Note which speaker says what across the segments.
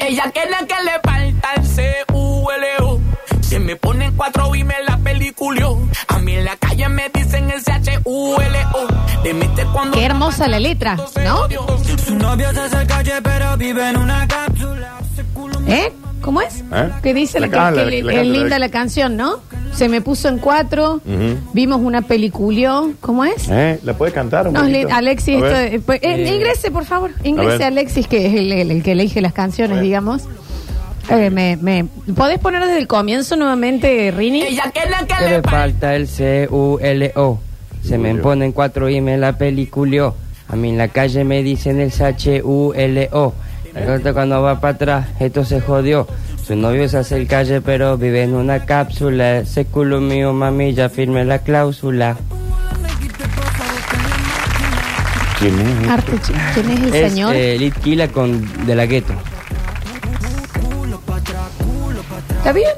Speaker 1: Ella quiere que le faltan C-U-L-O. Se me ponen cuatro y me la peliculió. A mí en la calle me dicen el C-H-U-L-O. De mí te cuando.
Speaker 2: Qué hermosa la letra, ¿no?
Speaker 3: Su novio se hace calle, pero vive en una cápsula.
Speaker 2: ¿Eh? ¿Cómo es?
Speaker 4: ¿Eh?
Speaker 2: ¿Qué dice la,
Speaker 4: La ca-
Speaker 2: que-
Speaker 4: la-
Speaker 2: que
Speaker 4: la-
Speaker 2: es
Speaker 4: la-
Speaker 2: linda
Speaker 4: la-
Speaker 2: la canción, ¿no? Se me puso en cuatro,
Speaker 4: Ujú.
Speaker 2: vimos una peliculio, ¿cómo es?
Speaker 4: ¿Eh? ¿La puede cantar? Un
Speaker 2: No,
Speaker 4: poquito?
Speaker 2: li- Alexis,
Speaker 4: A ver.
Speaker 2: esto de- pues, eh, ingrese, por favor.
Speaker 4: A ver.
Speaker 2: Ingrese, Alexis, que es el, el- el que elige las canciones, digamos. Eh, me, me- ¿Podés poner desde el comienzo nuevamente,
Speaker 5: Eh,
Speaker 2: Rini?
Speaker 1: Ella quiere que
Speaker 5: ¿Qué
Speaker 1: le
Speaker 5: le
Speaker 1: faltan.
Speaker 5: falta el C-U-L-O? Se me
Speaker 4: Julio.
Speaker 5: ponen cuatro y me la peliculió. A mí en la calle me dicen el H-U-L-O. Entonces cuando va para atrás, esto se jodió. Su novio se hace el calle, pero vive en una cápsula. Ese culo mío, mami, ya firme la cláusula.
Speaker 4: ¿Quién es?
Speaker 2: Arte, chico. ¿Quién es el
Speaker 5: es
Speaker 2: señor?
Speaker 5: eh, Litquila con De La Gueto.
Speaker 2: ¿Está bien?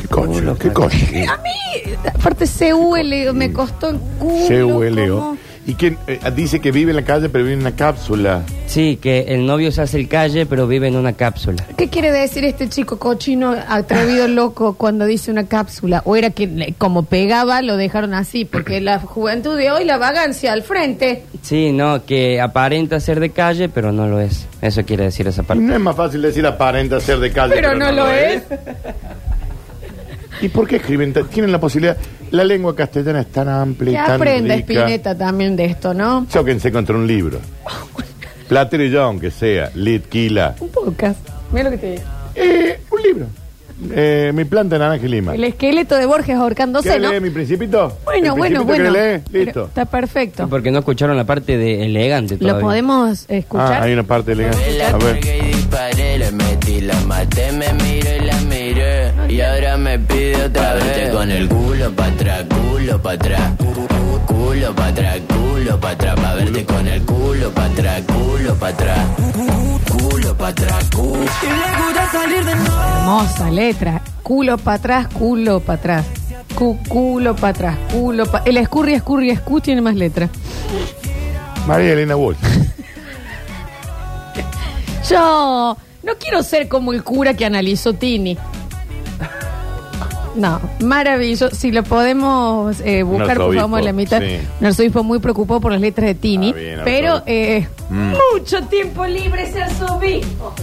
Speaker 4: ¿Qué coche? ¿Qué coche?
Speaker 2: A mí, aparte CUL, E, me costó el culo.
Speaker 4: C-U-L-O.
Speaker 2: ¿cómo?
Speaker 4: ¿Y quién eh, dice que vive en la calle, pero vive en una cápsula?
Speaker 5: Sí, que el novio se hace el calle, pero vive en una cápsula.
Speaker 2: ¿Qué quiere decir este chico cochino atrevido loco cuando dice una cápsula? ¿O era que le- como pegaba lo dejaron así? Porque la juventud de hoy, la vagancia al frente.
Speaker 5: Sí, no, que aparenta ser de calle, pero no lo es. Eso quiere decir esa parte.
Speaker 4: No es más fácil decir aparenta ser de calle.
Speaker 2: Pero, no, lo es.
Speaker 4: ¿Y por qué escriben? ta- Tienen la posibilidad. La lengua castellana es tan amplia y
Speaker 2: Que
Speaker 4: tan
Speaker 2: aprenda
Speaker 4: rica.
Speaker 2: Spinetta también de esto, ¿no?
Speaker 4: Chóquense contra un libro. Platero y yo, aunque sea. Litquila.
Speaker 2: Un podcast. Mira lo que te digo.
Speaker 4: Eh, un libro. Eh, mi planta de naranja y lima.
Speaker 2: El esqueleto de Borges ahorcándose,
Speaker 4: ¿Quieres
Speaker 2: ¿no?
Speaker 4: leer mi principito?
Speaker 2: Bueno,
Speaker 4: ¿El
Speaker 2: bueno,
Speaker 4: principito
Speaker 2: bueno.
Speaker 4: que lees?
Speaker 2: Pero
Speaker 4: Listo.
Speaker 2: Está perfecto.
Speaker 5: Porque no escucharon la parte de elegante
Speaker 2: ¿Lo
Speaker 5: todavía.
Speaker 2: podemos escuchar?
Speaker 4: Ah, hay una parte elegante.
Speaker 6: La
Speaker 4: A ver.
Speaker 6: cargué y disparé, le metí, la maté, me miré y la miré. Y ahora me pide otra vez. con el culo pa' atrás, culo pa' atrás. cu- cu- Culo pa' atrás, culo pa' atrás. Pa' verte con el culo pa' atrás, culo pa' atrás. Culo pa' atrás, culo.
Speaker 3: Y le gusta salir de noche.
Speaker 2: Hermosa letra. Culo para atrás, culo para atrás. Cu- culo para atrás, culo para... El escurri, escurri, escu tiene más letra.
Speaker 4: María Elena Wolf.
Speaker 2: Yo no quiero ser como el cura que analizó Tini. No, maravilloso. Si lo podemos eh, buscar, por
Speaker 4: Arzobispo,
Speaker 2: favor, la mitad.
Speaker 4: sí.
Speaker 2: Un arzobispo muy preocupado por las letras de Tini.
Speaker 4: Está bien,
Speaker 2: pero
Speaker 4: arzobispo. Mm.
Speaker 2: eh, mucho tiempo libre ese arzobispo.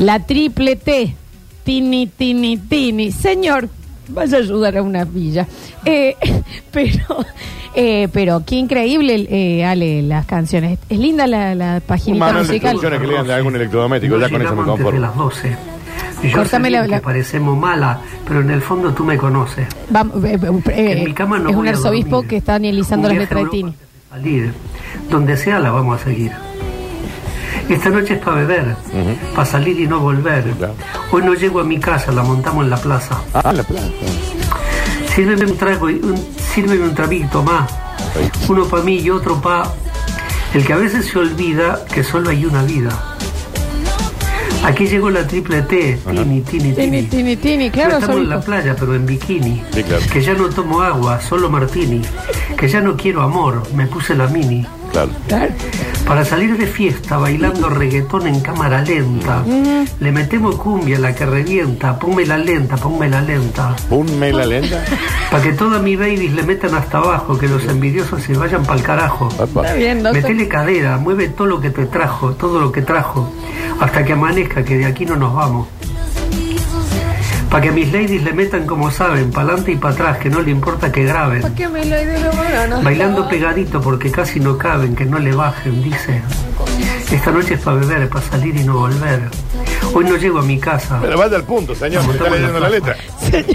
Speaker 2: La triple T. Tini, Tini, Tini. Señor, vaya a ayudar a una villa. Eh, pero, eh, pero qué increíble, eh, Ale, las canciones. Es linda la, la
Speaker 4: Un
Speaker 2: paginita
Speaker 4: manual de
Speaker 2: musical.
Speaker 4: instrucciones que lean de algún electrodoméstico.
Speaker 7: No
Speaker 4: Ya con eso me
Speaker 7: llegamos antes de
Speaker 4: conformo.
Speaker 7: las 12. Y Yo
Speaker 2: Córtame
Speaker 7: sé bien
Speaker 2: la- la-
Speaker 7: que parecemos mala, pero en el fondo tú me conoces.
Speaker 2: Vamos, eh, eh, eh,
Speaker 7: En mi cama no
Speaker 2: es un
Speaker 7: voy a
Speaker 2: arzobispo
Speaker 7: dormir.
Speaker 2: que está analizando
Speaker 7: Un
Speaker 2: las
Speaker 7: viaje a
Speaker 2: letras de Tini.
Speaker 7: Europa antes de Salir. Donde sea la vamos a seguir. Esta noche es para beber, para salir y no volver.
Speaker 4: claro.
Speaker 7: Hoy no llego a mi casa, la montamos en la plaza.
Speaker 4: Ah, la plata.
Speaker 7: Sírveme un trago, y un, sírveme un trabito más. Uno para mí y otro para el que a veces se olvida que solo hay una vida. Aquí llegó la triple T, tini, tini,
Speaker 2: Tini,
Speaker 7: tini.
Speaker 2: Tini, Tini,
Speaker 7: Yo
Speaker 2: claro,
Speaker 7: estamos en la
Speaker 2: arzobispo.
Speaker 7: playa, pero en bikini.
Speaker 4: Sí, claro.
Speaker 7: Que ya no tomo agua, solo martini. Que ya no quiero amor, me puse la mini.
Speaker 4: Claro.
Speaker 2: Claro.
Speaker 7: Para salir de fiesta bailando reggaetón en cámara lenta. Le metemos cumbia, la que revienta. Ponme la lenta, ponme la lenta.
Speaker 4: Ponme la lenta.
Speaker 7: Para que todas mis babies le metan hasta abajo, que los envidiosos se vayan pa'l carajo.
Speaker 4: Papá.
Speaker 2: Está bien, doctor.
Speaker 7: Metele cadera, mueve todo lo que te trajo, todo lo que trajo, hasta que amanezca, que de aquí no nos vamos. Para que mis ladies le metan como saben, pa'lante y para atrás, que no le importa que graben.
Speaker 2: ¿Qué me lo he de lo bueno, no?
Speaker 7: Bailando pegadito porque casi no caben, que no le bajen, dice. Esta noche es para beber, para salir y no volver. Hoy no llego a mi casa.
Speaker 4: Pero vaya al punto, señor. Me está leyendo la letra.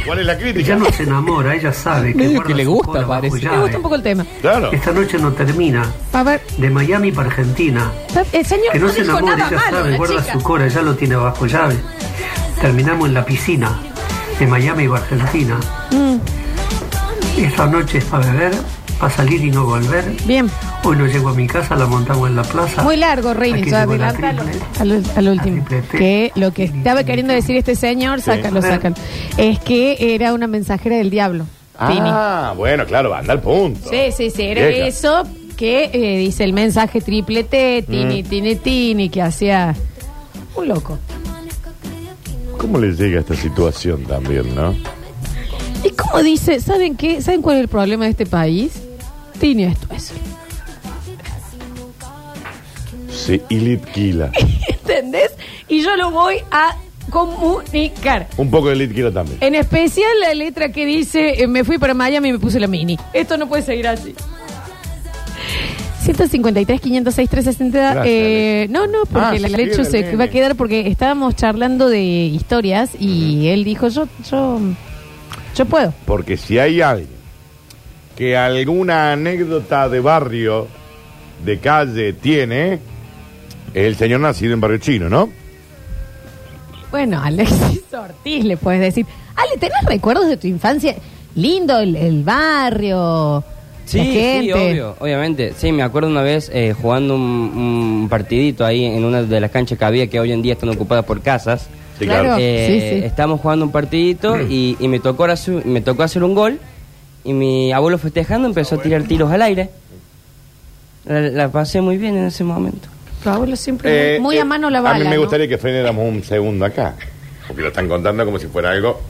Speaker 4: ¿Cuál es la
Speaker 7: Ella
Speaker 4: crítica?
Speaker 7: no se enamora, ella sabe que,
Speaker 5: Medio
Speaker 7: guarda
Speaker 5: que le
Speaker 7: su
Speaker 5: gusta,
Speaker 7: cola bajo
Speaker 5: parece.
Speaker 7: llave.
Speaker 2: Me gusta un poco el tema.
Speaker 4: Claro.
Speaker 7: Esta noche no termina.
Speaker 2: A ver,
Speaker 7: De Miami para Argentina.
Speaker 2: está- el señor
Speaker 7: Que
Speaker 2: no,
Speaker 7: no se
Speaker 2: dijo
Speaker 7: enamore,
Speaker 2: nada
Speaker 7: ella
Speaker 2: malo,
Speaker 7: sabe,
Speaker 2: la
Speaker 7: guarda
Speaker 2: chica.
Speaker 7: su cora, ya lo tiene bajo llave. Terminamos en la piscina de Miami o Argentina.
Speaker 2: Mm.
Speaker 7: Esta noche es para beber, para salir y no volver.
Speaker 2: Bien,
Speaker 7: Hoy no llego a mi casa, la montamos en la plaza.
Speaker 2: muy largo, Rini,
Speaker 7: Aquí
Speaker 2: ya
Speaker 7: llegó la ¿eh?
Speaker 2: adelántalo
Speaker 7: triple.
Speaker 2: al, ul- al último.
Speaker 7: triple T.
Speaker 2: Que lo que estaba queriendo decir este señor, sácalo,
Speaker 7: A ver.
Speaker 2: sácalo, es que era una mensajera del diablo, Tini.
Speaker 4: Ah, bueno, claro, anda al punto.
Speaker 2: Sí, sí, sí, era
Speaker 4: Vieja.
Speaker 2: eso que eh, dice el mensaje triple T, tini, tini, tini, que hacía un loco.
Speaker 4: ¿Cómo le llega esta situación también, no?
Speaker 2: ¿Y cómo dice? ¿Saben qué? ¿Saben cuál es el problema de este país? Tiene esto, eso.
Speaker 4: Sí, y Litquila.
Speaker 2: ¿Entendés? Y yo lo voy a comunicar.
Speaker 4: Un poco de Litquila también.
Speaker 2: En especial la letra que dice, eh, me fui para Miami y me puse la mini. Esto no puede seguir así. 153, 506, 360.
Speaker 4: Gracias,
Speaker 2: Eh, no, no,
Speaker 4: Ah,
Speaker 2: porque la
Speaker 4: sí,
Speaker 2: leche se
Speaker 4: dale.
Speaker 2: va a quedar porque estábamos charlando de historias y él dijo, yo, yo, yo puedo.
Speaker 4: Porque si hay alguien que alguna anécdota de barrio, de calle, tiene, es el señor nacido en barrio chino, ¿no?
Speaker 2: Bueno, Alexis Ortiz le puedes decir. Ale, ¿tenés recuerdos de tu infancia? Lindo el, el barrio, la
Speaker 5: Sí, sí,
Speaker 2: gente.
Speaker 5: obvio, obviamente. Sí, me acuerdo una vez eh, jugando un, un partidito ahí en una de las canchas que había que hoy en día están ocupadas por casas.
Speaker 4: Sí,
Speaker 2: Claro.
Speaker 4: claro.
Speaker 5: Eh,
Speaker 2: sí, sí.
Speaker 5: Estábamos jugando un partidito y, y me, tocó hacer, me tocó hacer un gol y mi abuelo festejando empezó a tirar tiros al aire. La, la pasé muy bien en ese momento.
Speaker 2: Tu abuelo siempre
Speaker 4: Eh,
Speaker 2: muy
Speaker 4: eh,
Speaker 2: a mano la bala.
Speaker 4: A mí me
Speaker 2: ¿no?
Speaker 4: gustaría que frenáramos un segundo acá. Porque lo están contando como si fuera algo.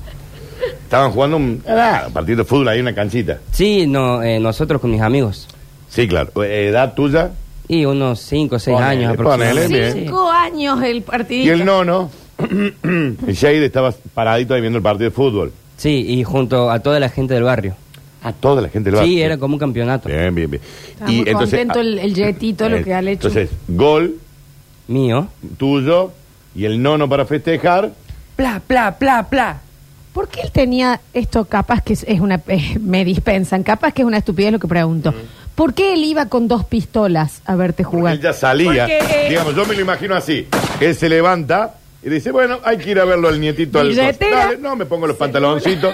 Speaker 4: Estaban jugando un ah, partido de fútbol ahí en una canchita.
Speaker 5: Sí, no, eh, nosotros con mis amigos.
Speaker 4: Sí, claro. Eh, Edad tuya.
Speaker 5: Y unos 5 o 6
Speaker 4: Ponele,
Speaker 5: años
Speaker 4: ponele,
Speaker 5: aproximadamente.
Speaker 4: bien.
Speaker 2: Cinco años el partidito.
Speaker 4: E. Y el nono. el Shade estaba paradito ahí viendo el partido de fútbol.
Speaker 5: Sí, y junto a toda la gente del barrio.
Speaker 4: A toda la gente del barrio.
Speaker 5: Sí, era como un campeonato.
Speaker 4: Bien, bien, bien.
Speaker 2: Está muy contento el- el yetito, lo que ha hecho.
Speaker 4: eh, Entonces, gol
Speaker 5: Mío.
Speaker 4: tuyo y el nono para festejar.
Speaker 5: Pla, pla, pla, pla.
Speaker 2: ¿Por qué él tenía esto? Capaz que es es una. eh, me dispensan, capaz que es una estupidez lo que pregunto. ¿Por qué él iba con dos pistolas a verte jugar?
Speaker 4: Él ya salía.
Speaker 2: Porque, eh,
Speaker 4: Digamos, yo me lo imagino así. Él se levanta y dice, bueno, hay que ir a verlo al nietito. Al
Speaker 2: Billetera.
Speaker 4: Dale, no, me pongo los pantaloncitos,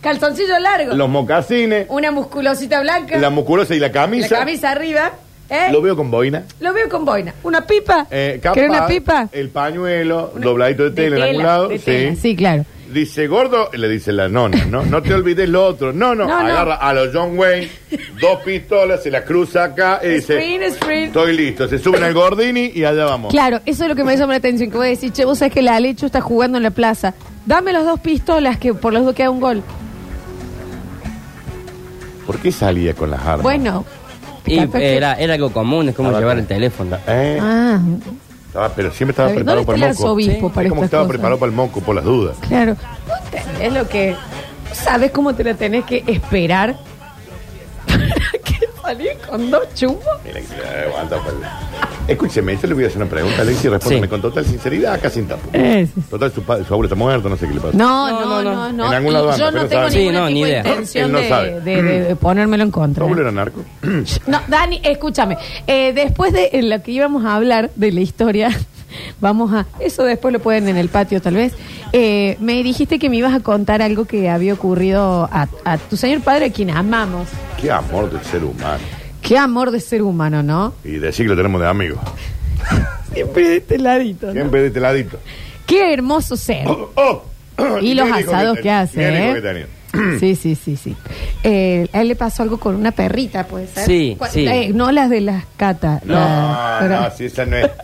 Speaker 2: Calzoncillo largo,
Speaker 4: los mocasines,
Speaker 2: una musculosita blanca,
Speaker 4: la musculosa y la
Speaker 2: la
Speaker 4: camisa.
Speaker 2: camisa arriba. ¿eh?
Speaker 4: Lo veo con boina.
Speaker 2: Lo veo con boina. ¿Una pipa?
Speaker 4: Eh,
Speaker 2: ¿Querés
Speaker 4: capaz,
Speaker 2: una pipa?
Speaker 4: El pañuelo, dobladito de tela en algún lado.
Speaker 2: de
Speaker 4: sí.
Speaker 2: tela, sí, claro.
Speaker 4: Dice gordo, le dice la nona, ¿no? No te olvides lo otro. No, no,
Speaker 2: No, no.
Speaker 4: agarra a los John Wayne, dos pistolas, se las cruza acá y dice.
Speaker 2: Sprint, sprint.
Speaker 4: Estoy listo. Se suben al Gordini y allá vamos.
Speaker 2: Claro, eso es lo que me llama la atención. Que voy a decir, che, vos sabés que la Alechu está jugando en la plaza. Dame los dos pistolas que por los dos queda un gol.
Speaker 4: ¿Por qué salía con las armas?
Speaker 2: Bueno.
Speaker 5: Y eh,
Speaker 2: capaz que-
Speaker 5: era, era algo común, es como
Speaker 4: Estaba
Speaker 5: llevar
Speaker 4: con-
Speaker 5: el teléfono.
Speaker 4: Eh,
Speaker 2: Ah,
Speaker 4: estaba- pero siempre estaba
Speaker 2: ¿dónde
Speaker 4: preparado
Speaker 2: está
Speaker 4: para
Speaker 2: el
Speaker 4: el moco.
Speaker 2: arzobispo para
Speaker 4: es como
Speaker 2: estas
Speaker 4: que estaba
Speaker 2: cosas?
Speaker 4: preparado para el moco, por las dudas.
Speaker 2: claro. ¿Vos entendés lo que. vos sabés cómo te la tenés que esperar para que salís con dos chumos?
Speaker 4: Mira que se le aguanta por el- Escúcheme, yo le voy a hacer una pregunta, Alexis, respóndeme
Speaker 5: Sí.
Speaker 4: con total sinceridad, acá sin tapo.
Speaker 2: Es-
Speaker 4: Total, su, pa- su abuelo está muerto, no sé qué le pasa.
Speaker 2: No, no,
Speaker 5: No, no,
Speaker 2: no,
Speaker 5: no.
Speaker 2: no.
Speaker 4: En algún
Speaker 2: Y
Speaker 4: lado anda,
Speaker 2: yo no
Speaker 4: pero
Speaker 2: tengo
Speaker 4: sabe.
Speaker 5: Sí, no,
Speaker 2: ninguna
Speaker 5: ni idea.
Speaker 2: intención
Speaker 4: Él no
Speaker 2: de-
Speaker 4: sabe.
Speaker 2: de, de- de ponérmelo en
Speaker 4: ¿Tu
Speaker 2: contra.
Speaker 4: abuelo era narco?
Speaker 2: No, Dani, escúchame. Eh, después de eh, lo que íbamos a hablar de la historia, vamos a. Eso después lo pueden en el patio, tal vez. Eh, me dijiste que me ibas a contar algo que había ocurrido a, a tu señor padre, a quien amamos.
Speaker 4: Qué amor del ser humano.
Speaker 2: Qué amor de ser humano, ¿no?
Speaker 4: Y decir que lo tenemos de amigo.
Speaker 2: Siempre de este ladito.
Speaker 4: Siempre de este ladito.
Speaker 2: Qué hermoso ser.
Speaker 4: Oh, oh.
Speaker 2: Y los
Speaker 4: Mira el hijo
Speaker 2: asados
Speaker 4: ten-
Speaker 2: que hace,
Speaker 4: mira el hijo
Speaker 2: ¿eh?
Speaker 4: que tenía.
Speaker 2: Sí, sí, sí, sí. Eh, a él le pasó algo con una perrita, puede ser.
Speaker 5: Sí,
Speaker 2: ¿Cuál-
Speaker 5: sí.
Speaker 2: eh, no las de las catas. la-
Speaker 4: Ah, No, no, si esa no es. esa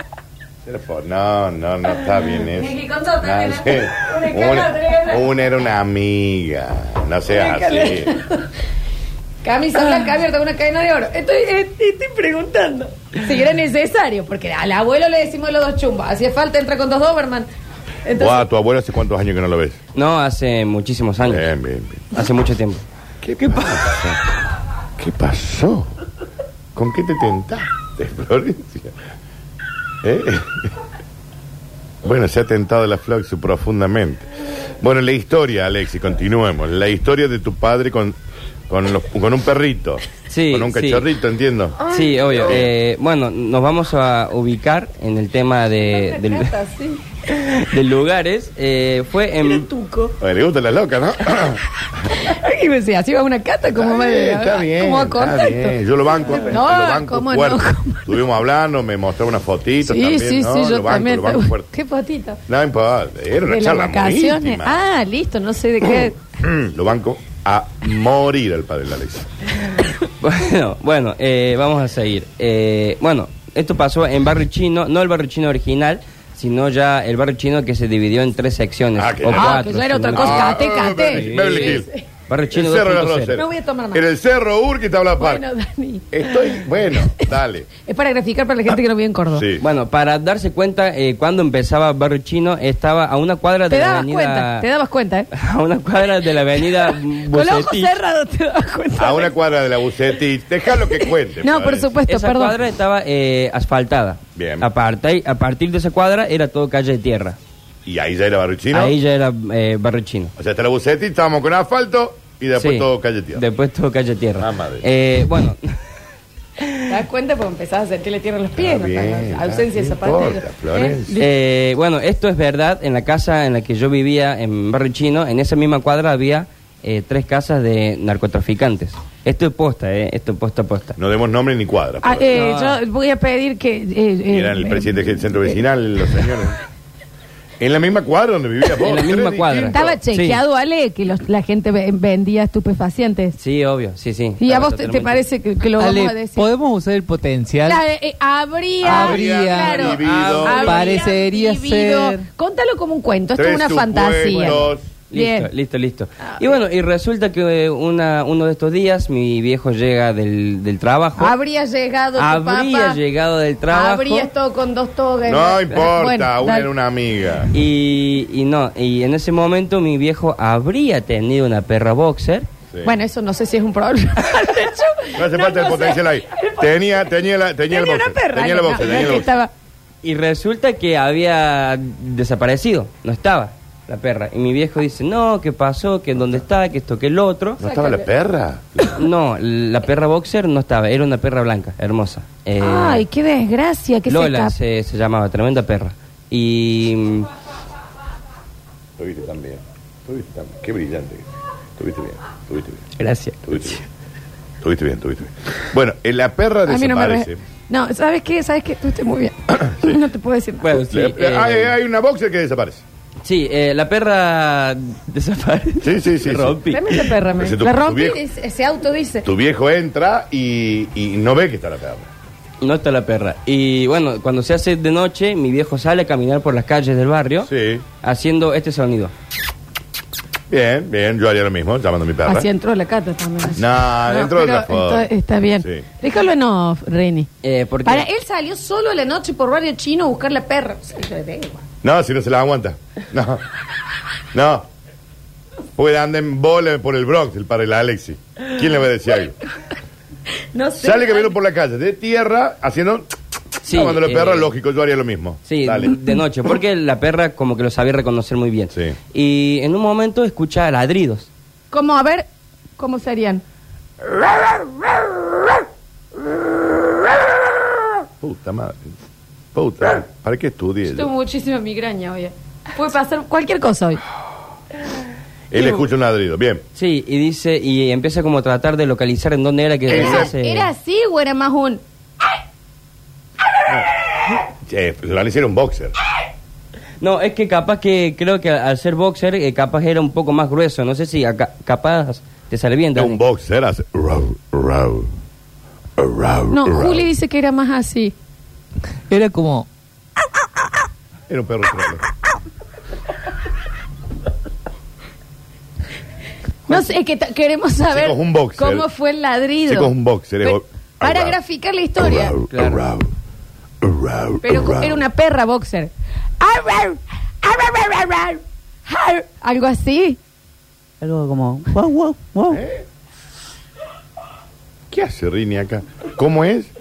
Speaker 4: era por- No, no, no está bien
Speaker 2: Es que
Speaker 4: eso.
Speaker 2: con todo también,
Speaker 4: No,
Speaker 2: ¿eh?
Speaker 4: sí.
Speaker 2: Una
Speaker 4: una,
Speaker 2: escala de-
Speaker 4: una era una amiga. No
Speaker 2: Una
Speaker 4: seas
Speaker 2: escala
Speaker 4: así.
Speaker 2: de- Camisa blanca abierta con una cadena de oro. Estoy, eh, estoy preguntando si era necesario, porque al abuelo le decimos los dos chumbos. Hacía falta, entra con dos Doberman. Entonces,
Speaker 4: Guau, tu abuelo hace cuántos años que no lo ves.
Speaker 5: No, hace muchísimos años.
Speaker 4: Bien, bien, bien.
Speaker 5: Hace mucho tiempo.
Speaker 4: ¿Qué, pasó? ¿Qué pasó? ¿Con qué te tentaste, Florencia? ¿Eh? Bueno, se ha tentado la Floxu profundamente. Bueno, la historia, Alexi, continuemos. La historia de tu padre con, con, los- con un perrito.
Speaker 5: Sí,
Speaker 4: Con un
Speaker 5: sí.
Speaker 4: cachorrito, entiendo.
Speaker 5: Sí, obvio. Eh, bueno, nos vamos a ubicar en el tema de, del-
Speaker 2: catas, sí.
Speaker 5: de lugares. Eh, fue en...
Speaker 2: Tuco.
Speaker 4: Oye, le gustan las locas, ¿no?
Speaker 2: Y me decía, pues, así va una cata como
Speaker 4: Está bien, está bien,
Speaker 2: Como a
Speaker 4: está
Speaker 2: contacto.
Speaker 4: bien. Yo lo banco.
Speaker 2: No,
Speaker 4: eh, lo banco
Speaker 2: ¿cómo no?
Speaker 4: fuerte. Estuvimos hablando, me mostró una fotito
Speaker 2: Sí,
Speaker 4: también.
Speaker 2: sí,
Speaker 4: ¿no?
Speaker 2: sí,
Speaker 4: lo
Speaker 2: yo
Speaker 4: banco,
Speaker 2: también.
Speaker 4: Lo banco fuerte.
Speaker 2: Qué potito.
Speaker 4: No importa, era una
Speaker 2: De las
Speaker 4: charla Mm. muy
Speaker 2: vacaciones.
Speaker 4: íntima.
Speaker 2: Ah, listo, no sé de qué.
Speaker 4: Lo banco a morir al padre de la Alexa.
Speaker 5: Bueno, bueno, eh, vamos a seguir. Eh, bueno, esto pasó en Barrio Chino, no el Barrio Chino original, sino ya el barrio chino que se dividió en tres secciones.
Speaker 4: Ah, que
Speaker 5: o
Speaker 4: ya-
Speaker 2: Ah,
Speaker 5: cuatro,
Speaker 2: que ya era
Speaker 5: si no
Speaker 2: otra
Speaker 5: me
Speaker 2: cosa.
Speaker 5: equivoco.
Speaker 2: Cate, cate.
Speaker 4: Beverly
Speaker 2: Sí,
Speaker 4: Hills.
Speaker 2: sí.
Speaker 5: Ah, Barrio
Speaker 4: El
Speaker 5: chino
Speaker 4: Cerro de las
Speaker 5: 2.0.
Speaker 4: Rosas.
Speaker 2: No voy a tomar más.
Speaker 4: En el Cerro Urquiza habla Park.
Speaker 2: Bueno, Dani.
Speaker 4: Estoy, bueno, dale.
Speaker 2: Es para graficar para la gente que no vive en Córdoba.
Speaker 4: Sí.
Speaker 5: Bueno, para darse cuenta, eh, cuando empezaba Barrio Chino, estaba a una cuadra
Speaker 2: Te
Speaker 5: de la
Speaker 2: dabas
Speaker 5: avenida...
Speaker 2: cuenta, te dabas cuenta, ¿eh?
Speaker 5: A una cuadra de la avenida
Speaker 4: Mm, pues
Speaker 2: Con los ojos
Speaker 5: Bucetich.
Speaker 2: cerrados te dabas cuenta.
Speaker 4: A Ah, una cuadra de la Bucetich. Déjalo que cuente.
Speaker 2: No, por
Speaker 4: Florencia.
Speaker 2: supuesto,
Speaker 5: Esa
Speaker 2: pues, perdón.
Speaker 5: cuadra estaba eh, asfaltada.
Speaker 4: Bien.
Speaker 5: Aparte, a partir de esa cuadra era todo calle de tierra.
Speaker 4: Y ahí ya era Barruchino.
Speaker 5: Ahí ya era eh, Barrio Chino.
Speaker 4: O sea, hasta la Bucetich estábamos con asfalto y después
Speaker 5: Sí.
Speaker 4: todo calle tierra.
Speaker 5: Después todo calle tierra.
Speaker 4: Ah, madre.
Speaker 5: Eh, bueno,
Speaker 2: Te das cuenta porque empezás a sentirle tierra en los pies.
Speaker 4: Está Ah, bien,
Speaker 2: ¿no? Ausencia de
Speaker 4: está- no
Speaker 2: zapatillas.
Speaker 4: importa, Florencia.
Speaker 5: eh, bueno, esto es verdad. En la casa en la que yo vivía, en Barrio Chino, en esa misma cuadra había eh, tres casas de narcotraficantes. Esto es posta, eh, esto es posta, posta.
Speaker 4: No demos nombre ni cuadra.
Speaker 2: Ah,
Speaker 4: Florencia.
Speaker 2: eh,
Speaker 5: No.
Speaker 2: Yo voy a pedir que. eh, eh,
Speaker 4: Y eran el
Speaker 2: eh,
Speaker 4: presidente del centro vecinal, los señores. En la misma cuadra donde vivía vos.
Speaker 5: En la
Speaker 4: tres
Speaker 5: misma cuadra.
Speaker 4: distintos.
Speaker 2: Estaba chequeado, Ale, que los- la gente ve- vendía estupefacientes.
Speaker 5: Sí, obvio, sí, sí.
Speaker 2: ¿Y a
Speaker 5: Estaba
Speaker 2: vos te, te
Speaker 5: totalmente-
Speaker 2: parece que, que lo
Speaker 8: Ale,
Speaker 2: vamos a decir?
Speaker 8: podemos usar el potencial.
Speaker 2: La- eh, habría,
Speaker 8: Habría
Speaker 2: claro,
Speaker 4: vivido.
Speaker 2: habría
Speaker 8: Parecería ser.
Speaker 2: Contalo como un cuento, esto es
Speaker 4: Tres
Speaker 2: una fantasía.
Speaker 4: supuestos.
Speaker 2: Bien. Ah,
Speaker 5: Listo, listo, listo. Y bueno, y resulta que eh, una, uno de estos días mi viejo llega del, del trabajo.
Speaker 2: Habría llegado tu
Speaker 5: Habría
Speaker 2: papá,
Speaker 5: llegado del trabajo.
Speaker 2: Habría estado con dos togas.
Speaker 4: No importa,
Speaker 2: Bueno,
Speaker 4: una
Speaker 2: dale.
Speaker 4: era una amiga.
Speaker 5: Y, y no, y en ese momento mi viejo habría tenido una perra boxer.
Speaker 4: Sí.
Speaker 2: Bueno, eso no sé si es un problema. De hecho,
Speaker 4: no hace falta el
Speaker 2: sé.
Speaker 4: potencial ahí. Tenía, tenía, la, tenía, el
Speaker 2: Tenía
Speaker 4: boxer.
Speaker 2: una perra.
Speaker 4: tenía la
Speaker 2: no,
Speaker 4: boxer,
Speaker 2: no
Speaker 4: tenía
Speaker 2: es
Speaker 4: el
Speaker 2: que
Speaker 4: boxer.
Speaker 2: estaba-
Speaker 5: Y resulta que había desaparecido, no estaba la perra. Y mi viejo dice, no, ¿qué pasó? ¿Que dónde está? ¿Que esto? ¿Que el otro?
Speaker 4: ¿No estaba la perra?
Speaker 5: No, la perra boxer no estaba, era una perra blanca, hermosa. Eh,
Speaker 2: Ay, qué desgracia que
Speaker 5: Lola
Speaker 2: se escapa.
Speaker 5: se, se llamaba, tremenda perra. Y mm,
Speaker 4: Estuviste tan bien. Estuviste tan bien. Qué brillante. que Estuviste bien. Estuviste bien.
Speaker 5: gracias.
Speaker 4: Estuviste bien. Estuviste bien, estuviste bien. Bueno, eh, la perra
Speaker 2: A mí no me
Speaker 4: desaparece.
Speaker 2: re- No, ¿sabes qué? ¿Sabes qué? Tú estás muy bien. No te puedo decir. nada.
Speaker 5: Bueno, sí,
Speaker 4: La-
Speaker 5: eh,
Speaker 4: hay, hay una boxer que desaparece.
Speaker 5: sí, eh, la perra desaparece.
Speaker 4: Sí, sí, sí, sí.
Speaker 5: Rompí.
Speaker 2: Tremenda perra, me.
Speaker 4: Ese tu-
Speaker 2: La
Speaker 4: tu
Speaker 2: rompí,
Speaker 4: viejo-
Speaker 2: dice- ese auto dice.
Speaker 4: Tu viejo entra y, y no ve que está la perra.
Speaker 5: No está la perra. Y bueno, cuando se hace de noche, mi viejo sale a caminar por las calles del barrio
Speaker 4: Sí.
Speaker 5: haciendo este sonido.
Speaker 4: Bien, bien. Yo haría lo mismo, llamando a mi perra.
Speaker 2: Así entró la cata también.
Speaker 4: No, entró de
Speaker 2: pero
Speaker 4: otra forma.
Speaker 2: está- Está bien.
Speaker 4: Sí.
Speaker 2: Déjalo en off, Reni.
Speaker 5: Eh, porque
Speaker 2: Para él salió solo a la noche por barrio chino a buscar la perra. Pues, O sea, yo le digo.
Speaker 4: No, si no se la aguanta. No. No. Porque anda en bola por el Bronx, el padre de la Alexi. ¿Quién le va a decir algo?
Speaker 2: No sé.
Speaker 4: Sale caminando por la calle, de tierra, haciendo.
Speaker 5: Sí,
Speaker 4: Llamando a la
Speaker 5: eh,
Speaker 4: perra, lógico, yo haría lo mismo.
Speaker 5: Sí,
Speaker 4: Dale.
Speaker 5: de noche, porque la perra como que lo sabía reconocer muy bien.
Speaker 4: Sí.
Speaker 5: Y en un momento escucha ladridos.
Speaker 2: ¿Cómo? A ver, ¿cómo serían?
Speaker 4: Puta madre. Puta. madre. ¿Para qué estudié?
Speaker 2: Tengo
Speaker 4: yo?
Speaker 2: muchísima migraña hoy. Puede pasar cualquier cosa hoy.
Speaker 4: Él escucha un ladrido. Bien.
Speaker 5: Sí, y dice, y empieza como a tratar de localizar en dónde era que
Speaker 4: Era-
Speaker 5: venía
Speaker 2: ¿Era,
Speaker 5: ese-
Speaker 2: era así o era más un.?
Speaker 4: Che, Florencia era un boxer.
Speaker 5: No, es que capaz que, creo que al ser boxer, eh, capaz era un poco más grueso. No sé si acá- capaz te sale bien.
Speaker 4: Era
Speaker 5: Dani.
Speaker 4: un boxer. Hace... Rau, rau, rau,
Speaker 2: No,
Speaker 4: rau.
Speaker 2: Juli dice que era más así.
Speaker 8: Era como.
Speaker 4: Era un perro troll.
Speaker 2: No sé, es que ta- queremos saber
Speaker 4: Chicos, un boxer.
Speaker 2: cómo fue el ladrido.
Speaker 4: Chicos, un boxer, es
Speaker 2: Pe-
Speaker 4: o-
Speaker 2: para
Speaker 4: rau.
Speaker 2: graficar la historia.
Speaker 4: Rau,
Speaker 5: Claro.
Speaker 4: rau, rau,
Speaker 2: Pero
Speaker 4: rau.
Speaker 2: era una perra boxer. Algo así.
Speaker 8: Algo como. Wow, wow, wow.
Speaker 4: ¿Qué hace Rini acá? ¿Cómo es?
Speaker 2: Ah,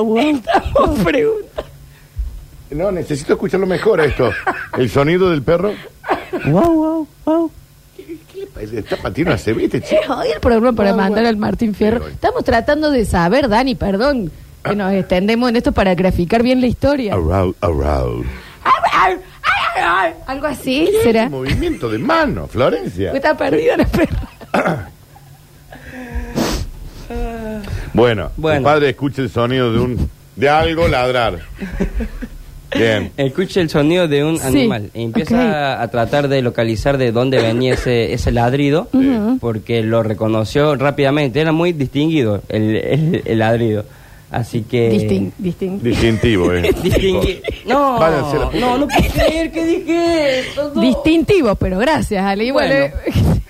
Speaker 8: Wow, wow.
Speaker 2: Estamos preguntando.
Speaker 4: No, necesito escucharlo mejor a esto. El sonido del perro.
Speaker 8: Wow, wow, wow.
Speaker 4: ¿Qué le pasa? Está patina, se viste, chico.
Speaker 2: Es hoy el programa para mandar al Martín Fierro.
Speaker 4: Sí, hoy.
Speaker 2: Estamos tratando de saber, Dani, perdón, que nos extendemos en esto para graficar bien la historia.
Speaker 4: Around, around.
Speaker 2: Algo así será.
Speaker 4: Movimiento de mano, Florencia.
Speaker 2: Está perdida la perra.
Speaker 4: Bueno,
Speaker 5: Bueno.
Speaker 4: tu padre escucha el sonido de un de algo ladrar. Bien.
Speaker 5: Escucha el sonido de un
Speaker 2: Sí,
Speaker 5: animal y empieza
Speaker 2: ok.
Speaker 5: a, a tratar de localizar de dónde venía ese, ese ladrido, porque lo reconoció rápidamente, era muy distinguido el, el- el ladrido. Así que...
Speaker 4: Eh,
Speaker 2: Distin- distin-
Speaker 4: Distintivo, ¿eh?
Speaker 5: Distingui- No,
Speaker 4: Váyanse a la puta.
Speaker 5: no, no puedo creer que dije
Speaker 2: Eh,
Speaker 5: eso. no.
Speaker 2: Distintivo, pero gracias, Ale. Igual,
Speaker 5: Bueno.
Speaker 2: eh,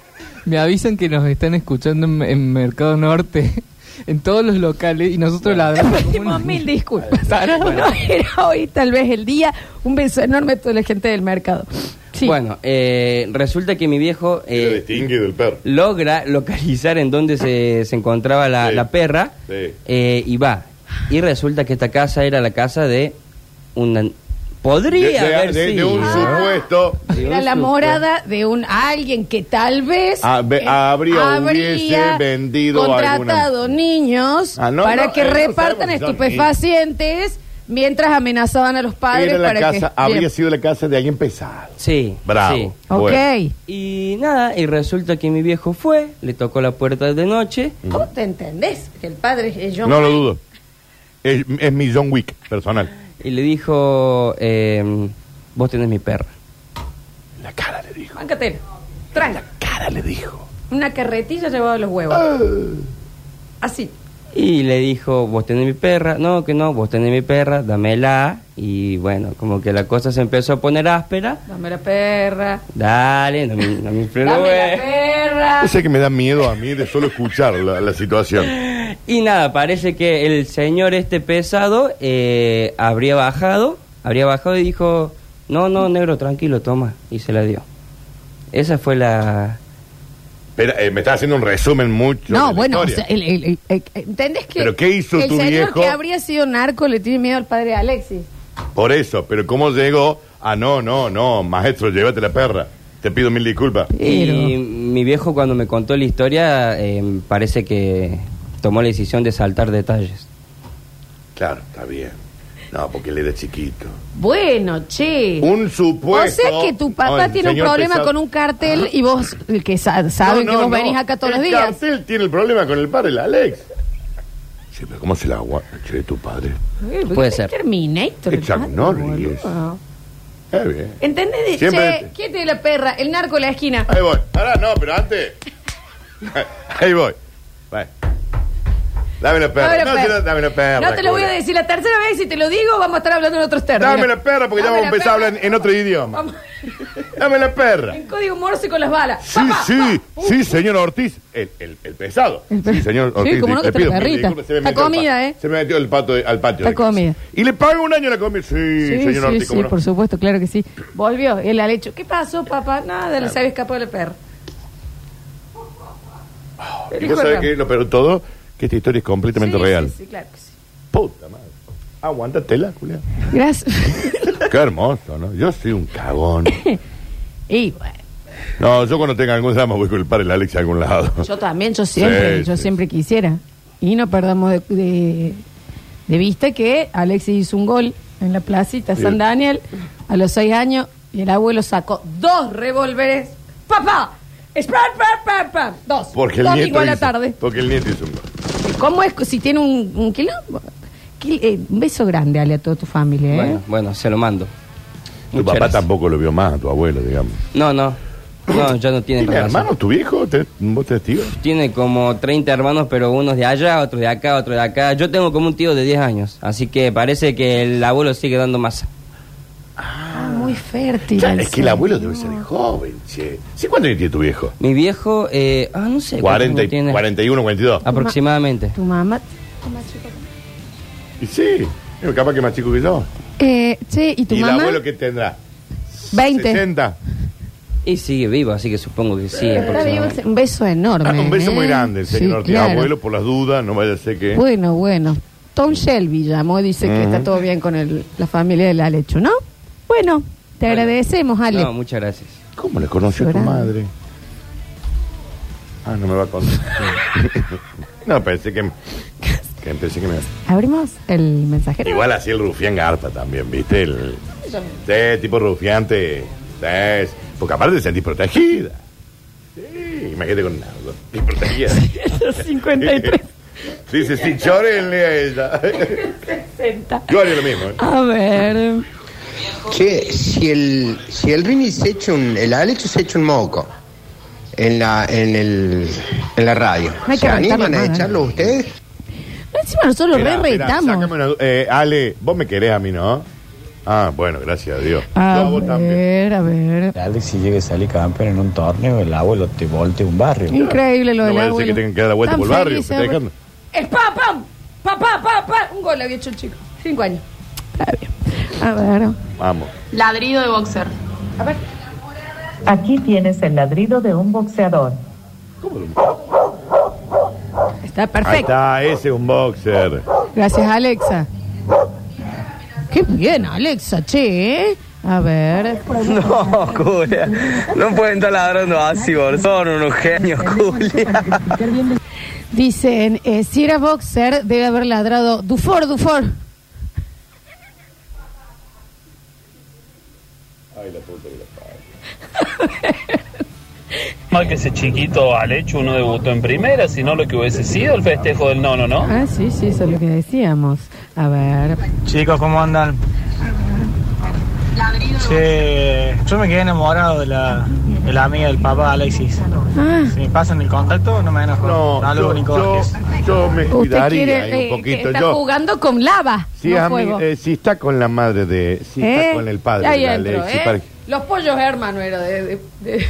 Speaker 9: Me avisan que nos están escuchando en, en Mercado Norte, en todos los locales, y nosotros ladramos como
Speaker 2: pedimos
Speaker 9: unos
Speaker 2: mil disculpas.
Speaker 9: tarados.
Speaker 2: No era hoy tal vez el día. Un beso enorme a toda la gente del mercado. Sí.
Speaker 5: Bueno, eh, resulta que mi viejo eh,
Speaker 4: Lo distingue del perro.
Speaker 5: logra localizar en dónde se, se encontraba la,
Speaker 4: Sí.
Speaker 5: la perra
Speaker 4: Sí.
Speaker 5: eh, y va. Y resulta que esta casa era la casa de un...
Speaker 4: De,
Speaker 5: Podría
Speaker 4: de-
Speaker 5: haber
Speaker 4: de- de
Speaker 5: sido.
Speaker 4: un supuesto.
Speaker 5: De
Speaker 2: Era
Speaker 5: un
Speaker 2: la
Speaker 5: supo-
Speaker 2: morada de un alguien que tal vez
Speaker 4: Ah, ve-
Speaker 2: eh,
Speaker 4: habría- hubiese vendido
Speaker 2: contratado niños
Speaker 4: Ah, no,
Speaker 2: para
Speaker 4: no,
Speaker 2: que
Speaker 4: eh, no
Speaker 2: repartan
Speaker 4: sabemos si son
Speaker 2: estupefacientes mientras amenazaban a los padres
Speaker 4: Era la
Speaker 2: para
Speaker 4: casa,
Speaker 2: que.
Speaker 4: habría
Speaker 2: Bien.
Speaker 4: sido la casa de alguien pesado.
Speaker 5: Sí.
Speaker 4: Bravo.
Speaker 5: sí.
Speaker 2: Ok.
Speaker 4: Bueno.
Speaker 5: Y nada, y resulta que mi viejo fue, le tocó la puerta de noche.
Speaker 2: ¿Cómo te entendés? Que el padre es yo.
Speaker 4: Mm. No lo dudo. Es, es mi John Wick personal.
Speaker 5: Y le dijo, eh, vos tenés mi perra.
Speaker 4: La cara le dijo.
Speaker 2: Bancatelo. Tranca.
Speaker 4: Cara le dijo. Ah.
Speaker 2: Una carretilla llevaba los huevos. Así.
Speaker 5: Y le dijo, vos tenés mi perra, no, que no, vos tenés mi perra, dámela. Y bueno, como que la cosa se empezó a poner áspera.
Speaker 2: Dame la perra.
Speaker 5: Dale, no me, no me eh. influen los
Speaker 2: Dame la
Speaker 5: huevos.
Speaker 2: perra.
Speaker 4: Ese que me da miedo a mí de solo escuchar la, la situación.
Speaker 5: Y nada, parece que el señor este pesado eh, habría bajado, habría bajado y dijo, no, no, negro, tranquilo, toma. Y se la dio. Esa fue la...
Speaker 4: Pero, eh, me estás haciendo un resumen mucho. de
Speaker 2: No,
Speaker 4: la
Speaker 2: bueno, o
Speaker 4: historia.
Speaker 2: sea, el- el- el- el- ¿entendés que,
Speaker 4: ¿Pero qué hizo
Speaker 2: el
Speaker 4: tu
Speaker 2: señor
Speaker 4: viejo?
Speaker 2: que habría sido narco le tiene miedo al padre Alexis?
Speaker 4: Por eso, pero ¿cómo llegó? Ah, no, no, no, maestro, llévate la perra. Te pido mil disculpas.
Speaker 5: Y mi viejo cuando me contó la historia eh, parece que tomó la decisión de saltar detalles.
Speaker 4: Claro, está bien. No, porque él era chiquito.
Speaker 2: Bueno, che.
Speaker 4: Un supuesto.
Speaker 2: O sea que tu
Speaker 4: No,
Speaker 2: papá
Speaker 4: el
Speaker 2: tiene un
Speaker 4: señor
Speaker 2: problema
Speaker 4: pesado- Ah.
Speaker 2: con un cartel y vos, el que sa- saben
Speaker 4: No,
Speaker 2: que
Speaker 4: no,
Speaker 2: vos
Speaker 4: no.
Speaker 2: venís acá todos los
Speaker 4: El
Speaker 2: días.
Speaker 4: cartel tiene el problema con el padre, el Alex. Sí, pero ¿cómo se la aguanta? Che, tu padre.
Speaker 2: Eh,
Speaker 5: Puede
Speaker 2: ¿qué
Speaker 5: ser.
Speaker 2: Terminator.
Speaker 4: Es Chuck
Speaker 2: hermano,
Speaker 4: Norris.
Speaker 2: boludo?
Speaker 4: Está Eh, bien.
Speaker 2: ¿Entendés? De,
Speaker 4: Siempre-
Speaker 2: Che, ¿quién tiene la perra? El narco en la esquina.
Speaker 4: Ahí voy. Ahora no, pero antes. Ahí voy. Bueno. Dame la perra.
Speaker 2: Dame la
Speaker 4: no,
Speaker 2: perra.
Speaker 4: si no, dame la perra.
Speaker 2: No te lo voy a
Speaker 4: culo.
Speaker 2: decir la tercera vez, si te lo digo, vamos a estar hablando en otros términos.
Speaker 4: Dame la perra porque ya
Speaker 2: Dame
Speaker 4: vamos
Speaker 2: la
Speaker 4: a empezar a
Speaker 2: perra.
Speaker 4: hablar en otro idioma.
Speaker 2: Vamos.
Speaker 4: Dame la perra.
Speaker 2: En código morse con las balas.
Speaker 4: Sí,
Speaker 2: Pa, pa,
Speaker 4: sí,
Speaker 2: pa.
Speaker 4: sí, señor Ortiz. El, el, el pesado. Sí, señor
Speaker 2: Sí,
Speaker 4: Ortiz.
Speaker 2: cómo no,
Speaker 4: le
Speaker 2: que está la
Speaker 4: mil
Speaker 2: perrita.
Speaker 4: disculpas, se me
Speaker 2: Está
Speaker 4: metió al
Speaker 2: comida,
Speaker 4: patio.
Speaker 2: ¿eh?
Speaker 4: Se me metió el pato de- al patio.
Speaker 2: Está
Speaker 4: de casa.
Speaker 2: comida.
Speaker 4: Y le pago un año la comida. Sí,
Speaker 2: Sí,
Speaker 4: señor
Speaker 2: sí,
Speaker 4: Ortiz, cómo
Speaker 2: sí,
Speaker 4: no.
Speaker 2: por supuesto, claro que sí. Volvió, él ha hecho. ¿Qué pasó, papá? Nada, le se había escapado el perro.
Speaker 4: Y vos sabés que lo peor de todo, que esta historia es completamente
Speaker 2: Sí,
Speaker 4: real.
Speaker 2: Sí, sí, claro que sí.
Speaker 4: Puta madre. Aguántatela, Julián.
Speaker 2: Gracias.
Speaker 4: Qué hermoso, ¿no? Yo soy un cagón.
Speaker 2: y bueno,
Speaker 4: No, yo cuando tenga algún drama voy a culpar el Alex a algún lado.
Speaker 2: yo también, yo siempre,
Speaker 4: Sí,
Speaker 2: yo
Speaker 4: sí.
Speaker 2: siempre quisiera. Y no perdamos de, de- de vista que Alexis hizo un gol en la placita
Speaker 4: Sí.
Speaker 2: San Daniel a los seis años y el abuelo sacó dos revólveres. ¡Papá! ¡Es pam, pam, pam, pam! Dos.
Speaker 4: Porque el
Speaker 2: Domingo
Speaker 4: nieto
Speaker 2: a la
Speaker 4: hizo-
Speaker 2: tarde.
Speaker 4: Porque el nieto hizo un gol.
Speaker 2: ¿Cómo es que si tiene un, un quilombo? Quil- eh, un beso grande, Ale, a toda tu familia, ¿eh?
Speaker 5: Bueno, bueno, se lo mando.
Speaker 4: Tu
Speaker 5: Muchas
Speaker 4: papá
Speaker 5: gracias.
Speaker 4: tampoco lo vio más, tu abuelo, digamos.
Speaker 5: No, no, no, ya no tiene
Speaker 4: ¿Tiene
Speaker 5: relación.
Speaker 4: hermanos tu viejo? ¿Te- ¿Vos te tío?
Speaker 5: Tiene como 30 hermanos, pero unos de allá, otros de acá, otros de acá. Yo tengo como un tío de 10 años, así que parece que el abuelo sigue dando masa.
Speaker 2: Ah, muy fértil.
Speaker 4: Claro, es que el abuelo debe ser joven, che. ¿Sí cuánto años tiene tu viejo?
Speaker 5: Mi viejo, eh, ah, no sé. cuántos
Speaker 4: 40,
Speaker 5: años tiene.
Speaker 4: 41, 42.
Speaker 2: Ah.
Speaker 5: Aproximadamente.
Speaker 2: Tu mamá.
Speaker 4: Y sí, es capaz que más chico que yo.
Speaker 2: Eh, che, ¿y tu
Speaker 4: ¿Y el
Speaker 2: mamá?
Speaker 4: abuelo qué tendrá?
Speaker 2: 20.
Speaker 4: 60.
Speaker 5: Y sigue vivo, así que supongo que sí.
Speaker 2: Está vivo,
Speaker 5: aproximadamente.
Speaker 2: un beso enorme.
Speaker 4: Ah, un beso
Speaker 2: ¿eh?
Speaker 4: muy grande, el
Speaker 2: Sí,
Speaker 4: señor Ortiz.
Speaker 2: claro.
Speaker 4: Abuelo, ¿eh? por las dudas, no vaya a ser que.
Speaker 2: Bueno, bueno. Tom Shelby llamó, dice que está todo bien con el- la familia del Alechu, ¿no? Bueno, te agradecemos, Ale.
Speaker 5: No, muchas gracias.
Speaker 4: ¿Cómo le conoció tu
Speaker 2: Llorando.
Speaker 4: madre? Ah, no me va a contar. no, pensé que. que pensé que me.
Speaker 2: ¿Abrimos el mensajero?
Speaker 4: Igual así el rufián garpa también, ¿viste? El, sí, tipo rufiante. Sí, porque aparte te sentís protegida. Sí, imagínate con Nardo. Y protegida.
Speaker 2: 53,
Speaker 4: Dice, sí, chórenle a ella.
Speaker 2: 60.
Speaker 4: Yo haría lo mismo. ¿eh?
Speaker 2: A ver.
Speaker 10: Che, si el, si el Rini se echa un. El Alex se echa un moco en la, en el, en la radio.
Speaker 2: No hay que
Speaker 10: ¿Se
Speaker 2: reventarlo
Speaker 10: animan a
Speaker 2: más, ¿eh?
Speaker 10: echarlo ustedes?
Speaker 2: No es Encima nosotros lo
Speaker 4: Esperá,
Speaker 2: re
Speaker 4: esperá,
Speaker 2: retamos.
Speaker 4: sácame una du- eh, Ale, vos me querés a mí, ¿no? Ah, bueno, gracias a Dios. Yo a
Speaker 2: A
Speaker 4: vos también.
Speaker 2: ver, a ver.
Speaker 11: Dale, si llega a salir campeón en un torneo, el abuelo te voltea un barrio.
Speaker 2: Increíble lo
Speaker 11: No
Speaker 2: del
Speaker 11: vaya a decir
Speaker 2: abuelo.
Speaker 11: que tengan que dar la vuelta
Speaker 2: Tan
Speaker 11: por el barrio,
Speaker 2: feliz,
Speaker 11: que te
Speaker 2: eh,
Speaker 11: dejan.
Speaker 2: Es pa, pam, pa, pa, pa, pa. Un gol había hecho el chico. Cinco años. Está bien. A ver.
Speaker 4: Vamos.
Speaker 2: Ladrido de boxer. A ver.
Speaker 12: Aquí tienes el ladrido de un boxeador.
Speaker 2: Está
Speaker 4: Ahí
Speaker 2: perfecto.
Speaker 4: está, ese es un boxer.
Speaker 2: Gracias, Alexa. Qué bien, Alexa, che, ¿eh? A ver.
Speaker 13: No, Julia. No pueden estar ladrando así, boludo. Son unos genios, Julia.
Speaker 2: Dicen, eh, si era boxer, debe haber ladrado Dufor, Dufor.
Speaker 4: Ay, la puta que la
Speaker 14: Mal que ese chiquito al hecho no debutó en primera, sino lo que hubiese sido el festejo del no, no, no.
Speaker 2: Ah, sí, sí, eso es lo que decíamos. A ver.
Speaker 15: Chicos, ¿cómo andan? Che, yo me quedé enamorado de la, de la amiga del papá Alexis. Si me pasan el contacto, no me enojo.
Speaker 4: No,
Speaker 15: Saludos,
Speaker 4: yo-
Speaker 15: Nico
Speaker 4: yo-
Speaker 15: Vázquez.
Speaker 4: Yo me
Speaker 2: Usted
Speaker 4: cuidaría
Speaker 2: quiere,
Speaker 4: ahí
Speaker 2: eh,
Speaker 4: un poquito.
Speaker 2: está
Speaker 4: Yo,
Speaker 2: jugando con lava.
Speaker 4: si,
Speaker 2: no
Speaker 4: es a mí-
Speaker 2: fuego.
Speaker 4: eh, si está con la madre de. Si
Speaker 2: ¿Eh?
Speaker 4: está con el padre
Speaker 2: Ahí
Speaker 4: de la
Speaker 2: entro,
Speaker 4: Alexis,
Speaker 2: ¿eh?
Speaker 4: para-
Speaker 2: Los pollos, hermano, era de. de- de-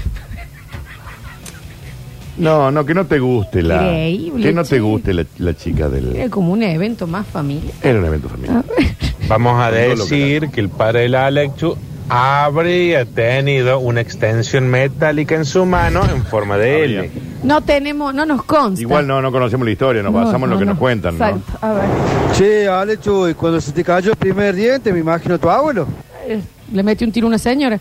Speaker 4: No, no, que no te guste la.
Speaker 2: Increíble,
Speaker 4: que no
Speaker 2: che.
Speaker 4: te guste la, la chica del.
Speaker 2: Era como un evento más familiar.
Speaker 4: Era un evento
Speaker 2: Ah.
Speaker 4: familiar.
Speaker 16: Vamos a decir que el padre del Alexu habría tenido una extensión metálica en su mano en forma de L.
Speaker 2: No tenemos, no nos consta.
Speaker 4: Igual no, no conocemos la historia, nos
Speaker 2: No,
Speaker 4: basamos en
Speaker 2: no,
Speaker 4: lo que
Speaker 2: no.
Speaker 4: nos cuentan, ¿no?
Speaker 2: Exacto, a ver.
Speaker 17: Che, Alechu, y Eh, cuando se te cayó el primer diente, me imagino tu abuelo.
Speaker 2: Eh, Le metió un tiro a una señora.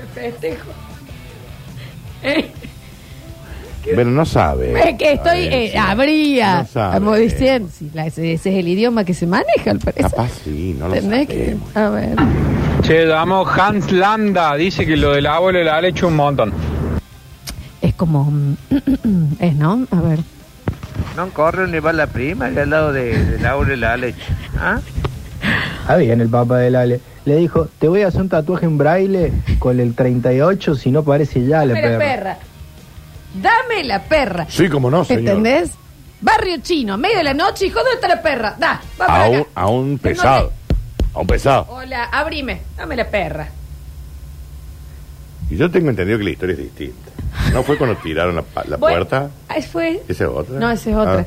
Speaker 2: El festejo. Eh,
Speaker 4: Pero no sabe.
Speaker 2: es que estoy. eh, habría.
Speaker 4: No sabe.
Speaker 2: Estamos diciendo. sí, la- ese, ese es el idioma que se maneja, al parecer.
Speaker 4: Capaz sí, no lo
Speaker 2: Tenés que- A ver.
Speaker 18: Che, damos Hans Landa, dice que lo del abuelo le ha hecho un montón.
Speaker 2: Es como. mm, es, ¿no? A ver.
Speaker 19: No corre ni va la prima que al lado de, de Laura y la Alex. ¿Ah?
Speaker 11: Ah, bien, el papá del Ale. Le dijo, te voy a hacer un tatuaje en braille con el 38, si no parece ya la
Speaker 2: Dame la
Speaker 11: perra.
Speaker 2: perra. Dame la perra.
Speaker 4: Sí, cómo no, señor.
Speaker 2: ¿Entendés? Barrio chino, medio de la noche, hijo, ¿dónde está la perra? Da, va para
Speaker 4: A
Speaker 2: acá.
Speaker 4: un, a un pesado. A un pesado.
Speaker 2: Hola, abrime, dame la perra.
Speaker 4: Y yo tengo entendido que la historia es distinta. ¿No fue cuando tiraron la, pa- la
Speaker 2: Bueno,
Speaker 4: puerta?
Speaker 2: Ah, fue.
Speaker 4: ¿Esa es otra?
Speaker 2: No, esa es otra.
Speaker 4: Ah.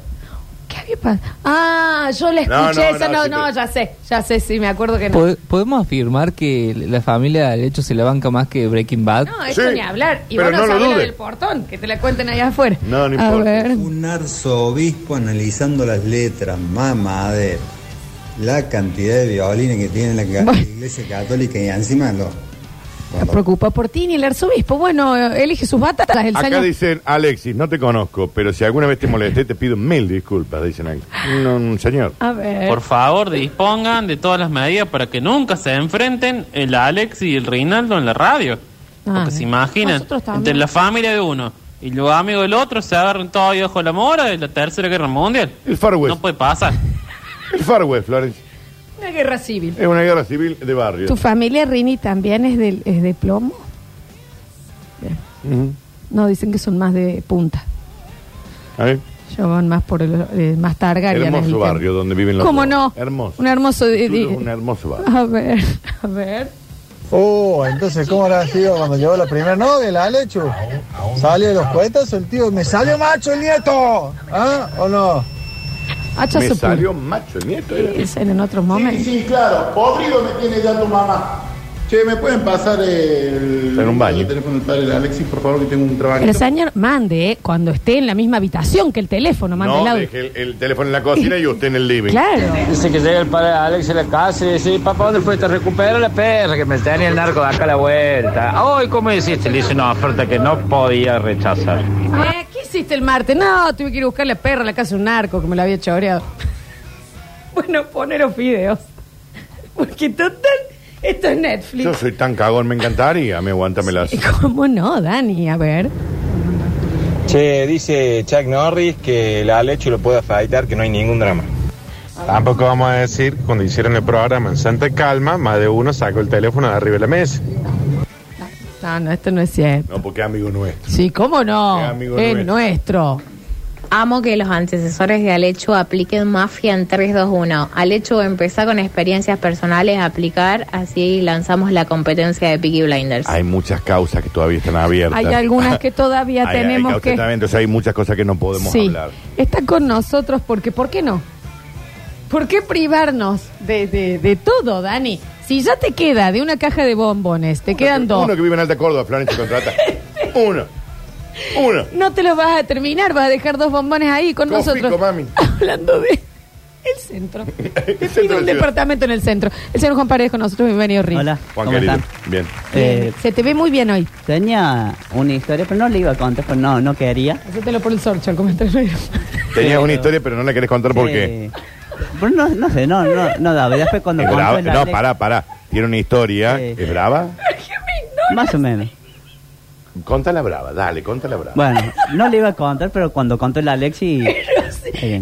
Speaker 2: ¿Qué había pasado? Ah, yo la
Speaker 9: No,
Speaker 2: escuché
Speaker 9: no,
Speaker 2: esa,
Speaker 9: no,
Speaker 2: no,
Speaker 9: sí,
Speaker 2: no,
Speaker 9: pero-
Speaker 2: ya sé, ya sé, sí, me acuerdo que no.
Speaker 5: Pues,
Speaker 9: ¿Pod- ¿Podemos afirmar que la familia del hecho se la banca más que Breaking Bad?
Speaker 2: No, eso ni hablar. Y
Speaker 9: pero no
Speaker 2: bueno,
Speaker 9: lo
Speaker 2: sabés lo
Speaker 9: dude.
Speaker 2: del portón, que te la cuenten allá afuera.
Speaker 9: No, no
Speaker 2: A
Speaker 9: importa.
Speaker 2: ver.
Speaker 20: Un arzobispo analizando las letras, mamadera. La cantidad de violines que tiene la, ca- la iglesia católica y encima lo.
Speaker 2: Está preocupado por ti ni el arzobispo. Bueno, eh, elige sus batatas, el
Speaker 4: Acá
Speaker 2: señor.
Speaker 4: dicen, Alexis, no te conozco, pero si alguna vez te molesté, te pido mil disculpas, dicen ahí. No, no, señor.
Speaker 2: A ver.
Speaker 14: Por favor, dispongan de todas las medidas para que nunca se enfrenten el Alex y el Reinaldo en la radio. Porque se imaginan,
Speaker 2: Ah, Nosotros también.
Speaker 14: entre la familia de uno y los amigos del otro se agarran todavía bajo la mora de la Tercera Guerra Mundial.
Speaker 4: El Far West.
Speaker 14: No puede pasar.
Speaker 4: El Far West, Florencia.
Speaker 2: Una guerra civil.
Speaker 4: Es una guerra civil de barrio. ¿Eh?
Speaker 2: ¿Tu familia Rini también es de, es de plomo?
Speaker 4: Ujú.
Speaker 2: No, dicen que son más de punta.
Speaker 4: A ver.
Speaker 2: Yo van más por el, eh, más Targaryen. es el
Speaker 4: Hermoso
Speaker 2: tema.
Speaker 4: barrio donde viven los
Speaker 2: ¿Cómo
Speaker 4: dos.
Speaker 2: no? eh,
Speaker 4: Hermoso.
Speaker 2: Un hermoso. de-
Speaker 4: Tuyo
Speaker 2: de-
Speaker 4: es un hermoso barrio.
Speaker 2: a ver, a ver.
Speaker 17: Oh, entonces, ¿cómo habrá sido cuando llegó la primera novia, la Alechu? Salió de los cohetes el tío, me salió macho el nieto, ¿ah? ¿O no?
Speaker 2: Hacha
Speaker 4: Me
Speaker 2: su
Speaker 4: salió macho el nieto. era.
Speaker 2: Ah, Es en otros momentos.
Speaker 21: Sí, claro, podrido me tiene ya tu mamá. Che, ¿me pueden pasar el,
Speaker 4: Está en un baño.
Speaker 21: el teléfono del padre de Alexis, por favor, que tengo un trabajo?
Speaker 2: Pero señor, mande eh, cuando esté en la misma habitación que el teléfono, mande el
Speaker 4: No,
Speaker 2: audio.
Speaker 4: deje el, el teléfono en la cocina y usted en el living.
Speaker 2: Claro.
Speaker 13: Dice que llega el padre de Alex a la casa y dice, papá, ¿dónde fuiste? Recupera la perra que me tenía el narco de acá a la vuelta. Ay, ¿cómo hiciste? Le hice una oferta que no podía rechazar.
Speaker 2: Eh, ¿Qué hiciste el martes? No, tuve que ir a buscar la perra a la casa de un narco que me la había choreado. bueno, poneros videos. Porque total, esto es Netflix.
Speaker 4: Yo soy tan cagón, me encantaría. Me aguántame las.
Speaker 2: ¿Cómo no, Dani? A ver.
Speaker 16: Che, dice Chuck Norris que la Alechu lo puede afeitar, que no hay ningún drama. Tampoco vamos a decir que cuando hicieron el programa en Santa Calma, más de uno sacó el teléfono de arriba de la mesa.
Speaker 2: No, no, esto no es cierto.
Speaker 4: No, porque es amigo nuestro.
Speaker 2: Sí, ¿cómo no?
Speaker 4: Es Eh, amigo
Speaker 2: Es
Speaker 4: nuestro.
Speaker 2: nuestro.
Speaker 1: Amo que los antecesores de Alecho apliquen Mafia en 3-2-1. Alecho empezá con experiencias personales a aplicar, así lanzamos la competencia de Peaky Blinders.
Speaker 4: Hay muchas causas que todavía están abiertas.
Speaker 2: Hay algunas que todavía
Speaker 4: Hay- hay
Speaker 2: tenemos
Speaker 4: causas
Speaker 2: que...
Speaker 4: también, entonces hay muchas cosas que no podemos
Speaker 2: sí.
Speaker 4: hablar.
Speaker 2: Está con nosotros porque, ¿por qué no? ¿Por qué privarnos de, de- de todo, Dani? Si ya te queda de una caja de bombones, te quedan dos.
Speaker 4: Uno que vive en Alta Córdoba, Florencia contrata. Uno. Uno.
Speaker 2: No te los vas a terminar, vas a dejar dos bombones ahí con
Speaker 4: Cofico,
Speaker 2: nosotros.
Speaker 4: mami.
Speaker 2: Hablando de el centro. Te
Speaker 4: centro de
Speaker 2: pido un
Speaker 4: ciudad.
Speaker 2: departamento en el centro. El señor Juan Paredes con nosotros, bienvenido, Rick.
Speaker 8: Hola.
Speaker 4: Juan
Speaker 8: ¿Cómo
Speaker 4: querido.
Speaker 8: están?
Speaker 4: Bien.
Speaker 8: Eh,
Speaker 2: Se te ve muy bien hoy.
Speaker 8: tenía una historia, pero no le iba a contar, pero no, no quería.
Speaker 2: Hacételo por el sorcho, el comentario.
Speaker 4: Tenías una historia, pero no la querés contar porque.
Speaker 8: Eh, Pero no, no sé, no, no, no daba. Después cuando
Speaker 4: es
Speaker 8: contó
Speaker 4: brava.
Speaker 8: el
Speaker 4: No,
Speaker 8: Alex-
Speaker 4: pará, pará. Tiene una historia. ¿Es brava?
Speaker 8: Más o menos.
Speaker 4: Contala brava, dale, contala brava.
Speaker 8: Bueno, no le iba a contar, pero cuando contó el eh, Alexi.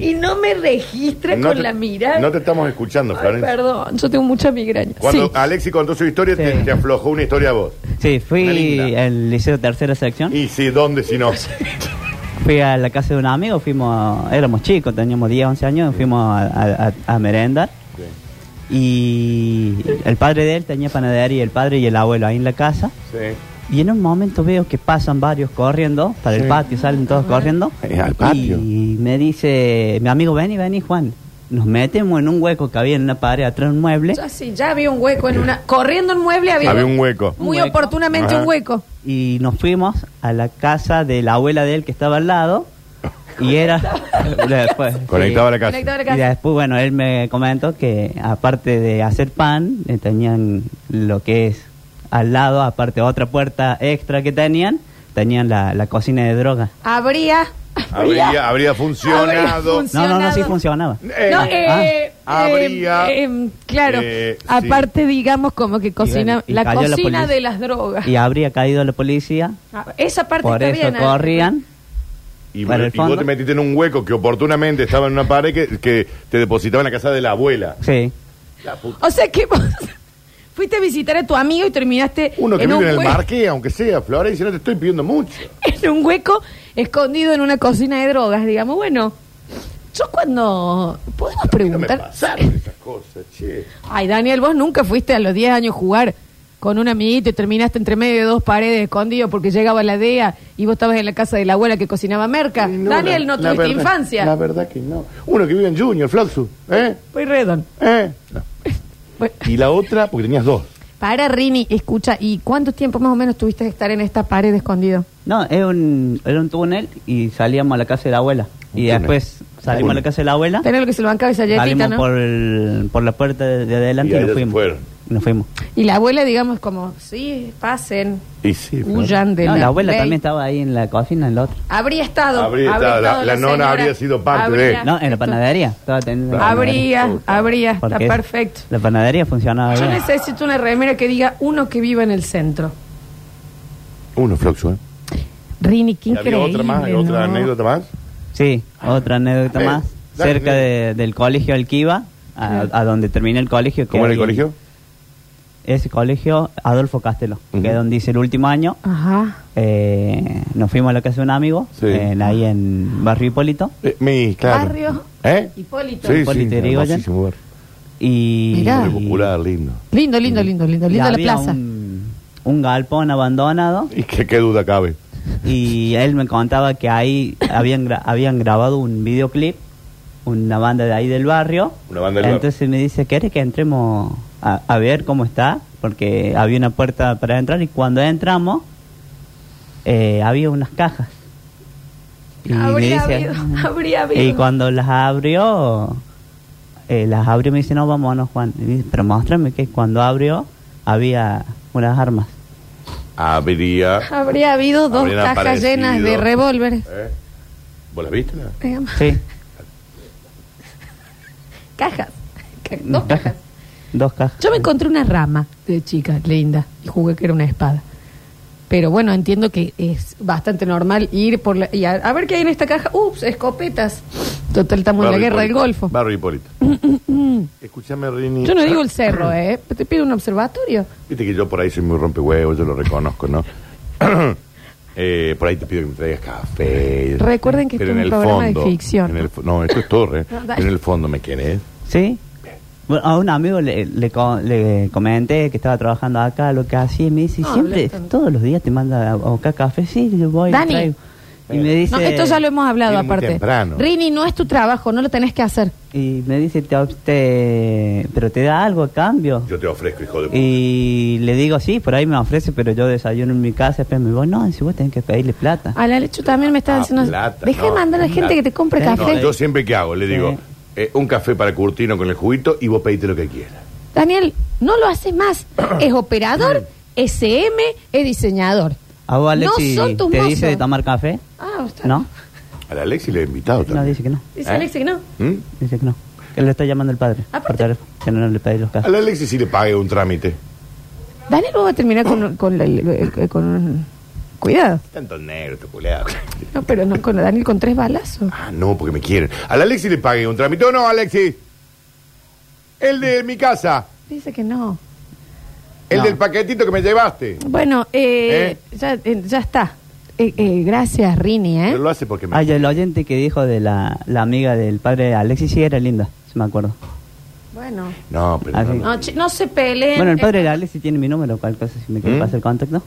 Speaker 2: Y no me registra
Speaker 4: No
Speaker 2: con
Speaker 4: te-
Speaker 2: la mirada.
Speaker 4: No te estamos escuchando, Florencia.
Speaker 2: Perdón, yo tengo mucha migraña.
Speaker 4: Cuando
Speaker 2: Sí.
Speaker 4: Alexi contó su historia, te, te aflojó una historia a vos.
Speaker 8: Sí, fui
Speaker 4: Maligna.
Speaker 8: al liceo tercera sección.
Speaker 4: Y sí, ¿dónde si no?
Speaker 8: Fui a la casa de un amigo, fuimos, éramos chicos, teníamos 10, 11 años, fuimos a, a- a- a merendar. Y el padre de él tenía panadería, el padre y el abuelo ahí en la casa.
Speaker 4: Sí.
Speaker 8: Y en un momento veo que pasan varios corriendo para el
Speaker 4: Sí.
Speaker 8: patio, salen todos corriendo.
Speaker 4: Eh, al patio.
Speaker 8: Y me dice, mi amigo, vení, vení, Juan. Nos metemos en un hueco que había en una pared atrás de un mueble.
Speaker 2: Ya sí, ya había un hueco en una. Corriendo un mueble había.
Speaker 8: Había un hueco.
Speaker 2: Muy
Speaker 8: Un hueco.
Speaker 2: oportunamente
Speaker 8: Ajá.
Speaker 2: un hueco.
Speaker 8: Y nos fuimos a la casa de la abuela de él que estaba al lado. Y era. después,
Speaker 4: Conectado a la
Speaker 2: casa. Conectado a la casa.
Speaker 8: Y después, bueno, él me comentó que aparte de hacer pan, eh, tenían lo que es al lado, aparte otra puerta extra que tenían, tenían la, la cocina de droga.
Speaker 2: Habría.
Speaker 4: Habría, habría
Speaker 2: Habría
Speaker 4: funcionado.
Speaker 8: No, no, no, sí funcionaba.
Speaker 2: No, eh,
Speaker 4: Ah,
Speaker 2: eh,
Speaker 4: habría,
Speaker 2: eh, claro.
Speaker 8: eh, sí.
Speaker 2: Aparte, digamos, como que cocina.
Speaker 8: y
Speaker 2: la
Speaker 8: cayó la
Speaker 2: cocina
Speaker 8: policía.
Speaker 2: de las drogas.
Speaker 8: Y habría caído la policía,
Speaker 2: Ah, Esa parte
Speaker 8: por
Speaker 2: está
Speaker 8: eso
Speaker 2: bien. ¿eh?
Speaker 8: corrían.
Speaker 4: Y,
Speaker 8: Para
Speaker 4: vo-
Speaker 8: el
Speaker 4: y vos
Speaker 8: fondo.
Speaker 4: te metiste en un hueco que oportunamente estaba en una pared que, que te depositaba en la casa de la abuela.
Speaker 8: Sí.
Speaker 2: O sea que vos fuiste a visitar a tu amigo y terminaste
Speaker 4: Uno que
Speaker 2: en,
Speaker 4: vive
Speaker 2: un
Speaker 4: en el
Speaker 2: hue-
Speaker 4: marqués, aunque sea, Florencia, no te estoy pidiendo mucho.
Speaker 2: en un hueco escondido en una cocina de drogas, digamos. Bueno, yo cuando. ¿Podemos preguntar?
Speaker 4: Pasaron esas cosas, che.
Speaker 2: Ay, Daniel, vos nunca fuiste a los 10 años a jugar con un amiguito y terminaste entre medio de dos paredes escondido porque llegaba la DEA y vos estabas en la casa de la abuela que cocinaba merca. Daniel, no
Speaker 4: la
Speaker 2: tuviste
Speaker 4: verdad-
Speaker 2: infancia.
Speaker 4: La verdad que no. Uno que vive en Junior, Floxu. ¿Eh?
Speaker 2: Fui redon.
Speaker 4: ¿Eh? Y la otra, porque tenías dos.
Speaker 2: Para Rini, escucha, ¿y cuánto tiempo más o menos tuviste que estar en esta pared escondido?
Speaker 8: No, era un, era un túnel y salíamos a la casa de la abuela. Y
Speaker 2: túnel.
Speaker 8: después salimos a la casa de la abuela,
Speaker 2: Tenés lo que se lo bancaba esa yetita,
Speaker 8: salimos
Speaker 2: ¿no?
Speaker 8: por, el- por la puerta de, de
Speaker 4: Y
Speaker 8: adelante y,
Speaker 4: ahí
Speaker 8: nos
Speaker 4: se
Speaker 8: fuimos. Nos fuimos.
Speaker 2: Y la abuela, digamos, como, sí, pasen,
Speaker 4: Y sí.
Speaker 2: huyan de
Speaker 8: No,
Speaker 2: la,
Speaker 8: la abuela
Speaker 2: ley.
Speaker 8: también estaba ahí en la cocina, en la otra.
Speaker 2: Habría estado.
Speaker 4: Habría estado, la- la nona
Speaker 2: señora.
Speaker 4: habría sido parte
Speaker 2: Habría-
Speaker 8: No, en la panadería. Estaba teniendo la
Speaker 2: Habría,
Speaker 8: panadería.
Speaker 2: habría, está
Speaker 8: Porque
Speaker 2: perfecto.
Speaker 8: La panadería funcionaba
Speaker 2: Yo
Speaker 8: bien.
Speaker 2: necesito una remera que diga uno que viva en el centro.
Speaker 4: Uno, Floxu, ¿eh?
Speaker 2: Rini, qué
Speaker 4: ¿Y había
Speaker 2: increíble.
Speaker 4: otra más? ¿Otra
Speaker 2: ¿no?
Speaker 4: anécdota más?
Speaker 8: Sí, otra anécdota
Speaker 4: Eh,
Speaker 8: más.
Speaker 4: dale,
Speaker 8: Cerca de- del colegio Alquiva, a, a donde termina el colegio. que
Speaker 4: ¿Cómo era el
Speaker 8: hay-
Speaker 4: colegio?
Speaker 8: Ese colegio, Adolfo Castelo, que es donde hice el último año.
Speaker 2: Ajá.
Speaker 8: Eh, nos fuimos a la casa de un amigo,
Speaker 4: Sí.
Speaker 8: en- ahí en Barrio Hipólito.
Speaker 4: Eh, mi, claro.
Speaker 2: Barrio.
Speaker 4: ¿Eh?
Speaker 2: Hipólito.
Speaker 4: Sí, sí,
Speaker 8: Hipólito Yrigoyen.
Speaker 4: hermosísimo lugar.
Speaker 8: Y...
Speaker 2: Mirá.
Speaker 4: Muy popular, lindo.
Speaker 2: Lindo, lindo, lindo, lindo, lindo
Speaker 8: Y
Speaker 2: la
Speaker 8: había
Speaker 2: plaza.
Speaker 8: Un, un galpón abandonado.
Speaker 4: ¿Y qué, qué duda cabe?
Speaker 8: Y él me contaba que ahí habían, gra- habían grabado un videoclip, una banda de ahí del barrio.
Speaker 4: Una banda del
Speaker 8: Entonces me dice, ¿querés que entremos a, a ver cómo está? Porque había una puerta para entrar y cuando entramos eh, había unas cajas. Y me
Speaker 2: Habría
Speaker 8: dice- "Ah".
Speaker 2: habido, habría habido.
Speaker 8: y cuando las abrió, eh, las abrió y me dice, no, vámonos, Juan. Y dice, pero muéstrame que cuando abrió había unas armas.
Speaker 4: Habría.
Speaker 2: Habría habido dos
Speaker 4: Habrían
Speaker 2: cajas
Speaker 4: aparecido.
Speaker 2: llenas de revólveres.
Speaker 4: ¿Eh? ¿Vos las viste? la?
Speaker 2: digamos.
Speaker 8: Sí.
Speaker 2: Cajas. Ca- Dos cajas.
Speaker 8: Dos cajas.
Speaker 2: Yo me encontré una rama de chica linda y jugué que era una espada. Pero bueno, entiendo que es bastante normal ir por la, y a, a ver qué hay en esta caja. Ups, escopetas. Total, estamos en la
Speaker 4: Barrio
Speaker 2: guerra del
Speaker 4: Hipólito.
Speaker 2: Golfo.
Speaker 4: Barrio Hipólito. Escúchame, Rini.
Speaker 2: Yo no digo el cerro, ¿eh? Te pido un observatorio.
Speaker 4: Viste que yo por ahí soy muy rompehuevos, yo lo reconozco, ¿no? Eh, por ahí te pido que me traigas café.
Speaker 2: Recuerden que
Speaker 4: Pero
Speaker 2: esto es
Speaker 4: en
Speaker 2: un
Speaker 4: el
Speaker 2: programa de
Speaker 4: fondo,
Speaker 2: ficción,
Speaker 4: en
Speaker 2: ¿no?
Speaker 4: el fo- no, esto es torre.
Speaker 2: No,
Speaker 4: en el fondo, ¿me quieres?
Speaker 8: ¿Sí? Bueno, a un amigo le, le co- le comenté que estaba trabajando acá, lo que hacía, y me dice,
Speaker 2: No,
Speaker 8: siempre,
Speaker 2: hablé tanto.
Speaker 8: todos los días te manda a buscar café, sí, yo voy, lo
Speaker 2: Dani.
Speaker 8: traigo. Y me dice...
Speaker 2: No, esto ya lo hemos hablado
Speaker 8: viene muy
Speaker 2: aparte.
Speaker 8: temprano.
Speaker 2: Rini, no es tu trabajo, no lo tenés que hacer.
Speaker 8: Y me dice, te, ob- te- pero te da algo a cambio.
Speaker 4: Yo te ofrezco, hijo de puta.
Speaker 8: Y le digo, sí, por ahí me ofrece, pero yo desayuno en mi casa, después me voy, no, si vos tenés que pedirle plata.
Speaker 2: A la lechu también me está
Speaker 4: Ah,
Speaker 2: diciendo.
Speaker 4: plata,
Speaker 2: Deja de
Speaker 4: no,
Speaker 2: mandar a la
Speaker 4: plata.
Speaker 2: gente que te compre
Speaker 4: No,
Speaker 2: café.
Speaker 4: yo siempre que hago, le digo, eh, un café para Curtino con el juguito y vos pedite lo que quieras.
Speaker 2: Daniel, no lo haces más. es operador, SM, es diseñador.
Speaker 8: ¿A vos, Alexi,
Speaker 2: No son tus
Speaker 8: te
Speaker 2: mozos.
Speaker 8: dice de tomar café?
Speaker 2: Ah, está.
Speaker 8: ¿No?
Speaker 4: A la Alexi le he invitado también.
Speaker 8: No, dice que no.
Speaker 2: Dice Alexi que no.
Speaker 4: ¿Mm?
Speaker 8: Dice que no. Que lo está llamando el padre. Por teléfono, que no le pedí los
Speaker 4: A
Speaker 8: cafés.
Speaker 4: la Alexi sí le pague un trámite.
Speaker 2: Daniel, vos vas a terminar con, con, la- eh, con- Cuidado.
Speaker 4: Tanto negro, tu culeado.
Speaker 2: No, pero no con Daniel con tres balazos.
Speaker 4: Ah, no, porque me quieren. A la Alexi le pague un trámite. ¿O no, Alexi? El de mi casa.
Speaker 2: Dice que no.
Speaker 4: El
Speaker 2: No.
Speaker 4: del paquetito que me llevaste.
Speaker 2: Bueno, eh, Ya, eh, ya está. Eh, eh, gracias, Rini, ¿eh?
Speaker 4: lo hace porque
Speaker 8: me... Ay, Ah, el oyente que dijo de la, la amiga del padre de Alexis, sí era linda, si me acuerdo.
Speaker 2: Bueno.
Speaker 4: No, pero...
Speaker 8: Así-
Speaker 2: No, chi- no se peleen.
Speaker 8: Bueno, el padre de Alexis tiene mi número, cual cosa, si me quiere
Speaker 4: ¿Mm?
Speaker 8: pasar el contacto.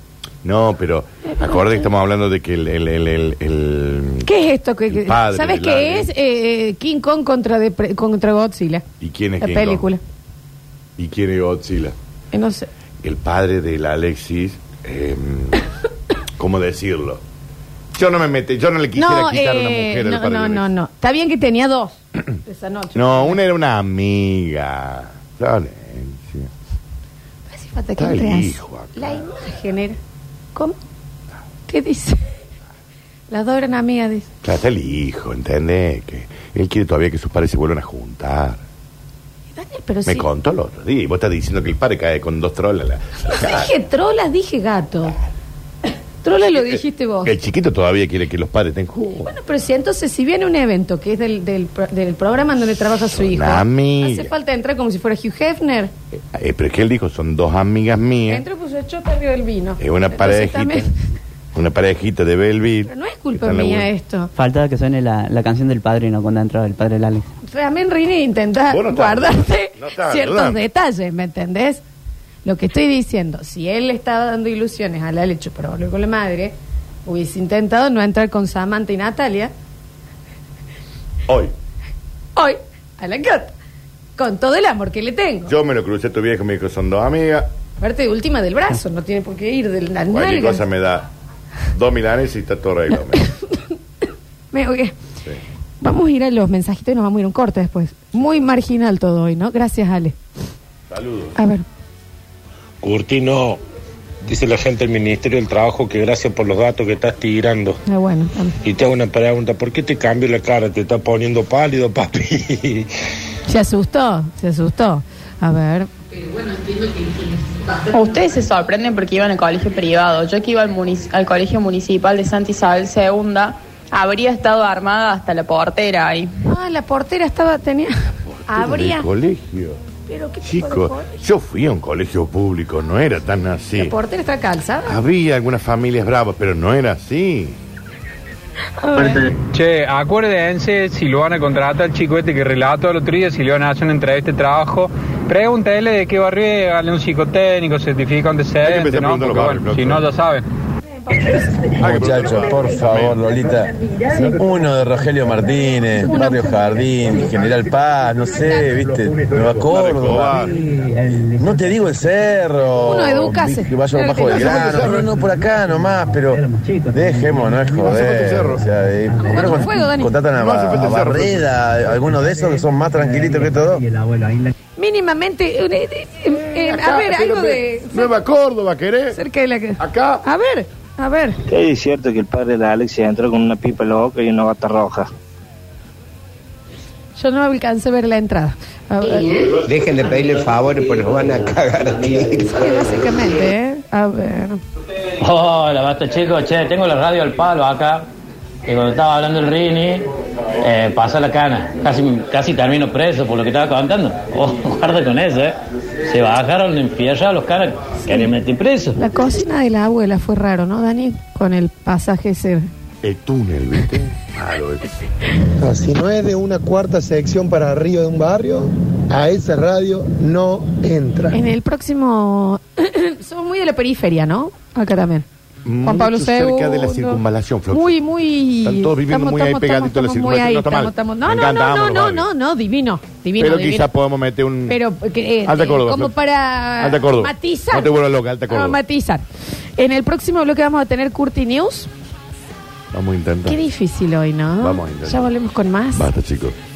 Speaker 4: No, pero... Acordé que estamos hablando de que el... el, el, el- el-
Speaker 2: ¿Qué es esto? que- que-
Speaker 4: padre
Speaker 2: ¿Sabes
Speaker 4: de
Speaker 2: qué
Speaker 4: Larry.
Speaker 2: es? Eh, eh, King Kong contra, Depre- contra Godzilla.
Speaker 4: ¿Y quién es
Speaker 2: La
Speaker 4: King Kong?
Speaker 2: película.
Speaker 4: ¿Y quién es Godzilla?
Speaker 2: Eh, no sé.
Speaker 4: El padre del Alexis... eh, ¿Cómo decirlo? Yo no me mete, yo no le quisiera
Speaker 2: No,
Speaker 4: quitar a una
Speaker 2: eh,
Speaker 4: mujer al
Speaker 2: no,
Speaker 4: padre
Speaker 2: no,
Speaker 4: del
Speaker 2: no, no. Está bien que tenía dos esa noche.
Speaker 4: No, una era una amiga. Florencia.
Speaker 2: Hace falta que
Speaker 4: Está el
Speaker 2: entres.
Speaker 4: hijo acá.
Speaker 2: La imagen era. ¿Cómo? ¿Qué dice? Las dos eran amigas, dice.
Speaker 4: Claro, está el hijo, ¿entendés? Que él quiere todavía que sus padres se vuelvan a juntar.
Speaker 2: Daniel, pero
Speaker 4: Me
Speaker 2: sí.
Speaker 4: contó el otro día. Y vos estás diciendo que el padre cae con dos trolas. a la- a la cara.
Speaker 2: Dije trolas, dije gato. Trolas lo dijiste vos.
Speaker 4: El chiquito todavía quiere que los padres estén juntos.
Speaker 2: Bueno, pero si entonces, si viene un evento que es del, del, pro- del programa en donde trabaja su hijo,
Speaker 4: Tsunami.
Speaker 2: hace falta entrar como si fuera Hugh Hefner.
Speaker 4: Eh, pero es que él dijo, son dos amigas mías.
Speaker 2: Entró y puso chota arriba del vino.
Speaker 4: Es una
Speaker 2: Entonces
Speaker 4: parejita.
Speaker 2: también-
Speaker 4: Una parejita de Belville.
Speaker 2: pero no es culpa
Speaker 4: Está en la
Speaker 2: mía
Speaker 4: buena.
Speaker 2: esto.
Speaker 8: Falta que suene la, la canción del padre y no cuando entraba el padre de Alex.
Speaker 2: También Rini intenta
Speaker 8: Vos no estás-
Speaker 2: guardarte
Speaker 8: no estás
Speaker 2: ciertos
Speaker 8: ayudando.
Speaker 2: detalles, ¿me entendés? Lo que estoy diciendo, si él le estaba dando ilusiones a la leche para volver con la madre, hubiese intentado no entrar con Samantha y Natalia.
Speaker 4: Hoy,
Speaker 2: Hoy, a la gata, con todo el amor que le tengo.
Speaker 4: yo me lo crucé a tu viejo y me dijo, son dos amigas.
Speaker 2: Parte de última del brazo, no tiene por qué ir del las
Speaker 4: Cualquier
Speaker 2: nalgas.
Speaker 4: cosa me da dos milanes y está todo arreglado.
Speaker 2: Me- oye, Vamos a ir a los mensajitos y nos vamos a ir a un corte después. Muy marginal todo hoy, ¿no? Gracias, Ale.
Speaker 4: Saludos.
Speaker 2: A ver.
Speaker 6: Curtino, dice la gente del Ministerio del Trabajo que gracias por los datos que estás tirando.
Speaker 2: Ah, bueno. ah,
Speaker 6: Y te hago una pregunta, ¿por qué te cambió la cara? Te está poniendo pálido, papi.
Speaker 2: Se asustó, se asustó. A ver.
Speaker 22: Ustedes se sorprenden porque iban al colegio privado. Yo que iba al, munici- al colegio municipal de Santa Isabel II, habría estado armada hasta la portera ahí.
Speaker 2: Ah, la portera estaba, tenía... Habría...
Speaker 4: El colegio.
Speaker 2: Pero qué tipo de
Speaker 4: Chicos,
Speaker 2: colegio?
Speaker 4: yo fui a un colegio público, no era tan así.
Speaker 2: La portera está calzada.
Speaker 23: Ah.
Speaker 4: Había algunas familias bravas, pero no era así.
Speaker 18: Che, acuérdense si lo van a contratar al chico este que relató el otro día, si le van a hacer una entrevista de trabajo, pregúntele de qué barrio es, dale un psicotécnico, certifica antecedentes, ¿no? Porque, bueno, si no, ya saben.
Speaker 23: Muchachos, por favor, Oh, Lolita. Uno de Rogelio Martínez, Barrio Jardín, General Paz, no sé, viste, Nueva Córdoba. No te digo el cerro.
Speaker 2: Uno educase.
Speaker 23: Que vaya bajo del grano. No, no, por acá nomás, pero dejemos, no es joder. O sea,
Speaker 2: Ah,
Speaker 23: eh, ¿por qué no
Speaker 2: con fuego, Dani.
Speaker 23: con- contratan a,
Speaker 2: No hace
Speaker 23: Ba-
Speaker 2: falta
Speaker 23: a
Speaker 2: el cerro.
Speaker 23: Barreda, algunos de esos que son más tranquilitos que estos dos?
Speaker 2: Mínimamente... eh, eh, eh,
Speaker 4: Acá,
Speaker 2: a ver,
Speaker 4: pero
Speaker 2: algo
Speaker 4: ve-
Speaker 2: de...
Speaker 4: Nueva Córdoba, ¿querés?
Speaker 2: Cerca de la... Acá. A ver, a ver.
Speaker 24: Que es cierto que el padre de Alexia entró con una pipa loca y una bata roja.
Speaker 2: Yo no alcancé a ver la entrada. A ver.
Speaker 10: Dejen de pedirle favores porque nos van a cagar a ti.
Speaker 2: Básicamente, ¿eh? A ver.
Speaker 25: Hola, basta chicos, che, tengo la radio al palo acá. Que cuando estaba hablando el Rini,
Speaker 6: eh, pasó la cana. Casi, casi termino preso por lo que estaba contando. Oh, guarda con eso, ¿eh? Se bajaron enfierrados los caras. Querían meter preso.
Speaker 2: La cocina de la abuela fue raro, ¿no, Dani? Con el pasaje ese.
Speaker 4: El túnel, ¿viste? Claro, el-
Speaker 17: No, Ah, si no es de una cuarta sección para arriba de un barrio, a esa radio no entra.
Speaker 2: En el próximo. Somos muy de la periferia, ¿no? Acá también. Juan
Speaker 4: Mm, Mucho
Speaker 2: Pablo
Speaker 4: cerca de la
Speaker 2: II.
Speaker 4: circunvalación, Flox.
Speaker 2: Muy, muy.
Speaker 4: Están todos viviendo muy ahí pegadito a
Speaker 2: estamos
Speaker 4: la
Speaker 2: muy
Speaker 4: circunvalación.
Speaker 2: ahí,
Speaker 4: No está mal.
Speaker 2: estamos, estamos-
Speaker 4: Me
Speaker 2: No,
Speaker 4: encanta,
Speaker 2: no,
Speaker 4: amo
Speaker 2: no,
Speaker 4: los
Speaker 2: no,
Speaker 4: barrios.
Speaker 2: no, no, divino. Divino.
Speaker 4: Pero
Speaker 2: divino.
Speaker 4: quizás podemos meter un.
Speaker 2: Pero que, eh,
Speaker 4: Alta Córdoba,
Speaker 2: como
Speaker 4: Flor.
Speaker 2: para
Speaker 4: Alta Córdoba.
Speaker 2: matizar.
Speaker 4: No te vuelvas loca, Alta Córdoba.
Speaker 2: Ah, matizar. En el próximo bloque vamos a tener Curti News.
Speaker 4: Vamos a intentar.
Speaker 2: Qué difícil hoy, ¿no?
Speaker 4: Vamos a intentar.
Speaker 2: Ya volvemos con más.
Speaker 4: Basta, chicos.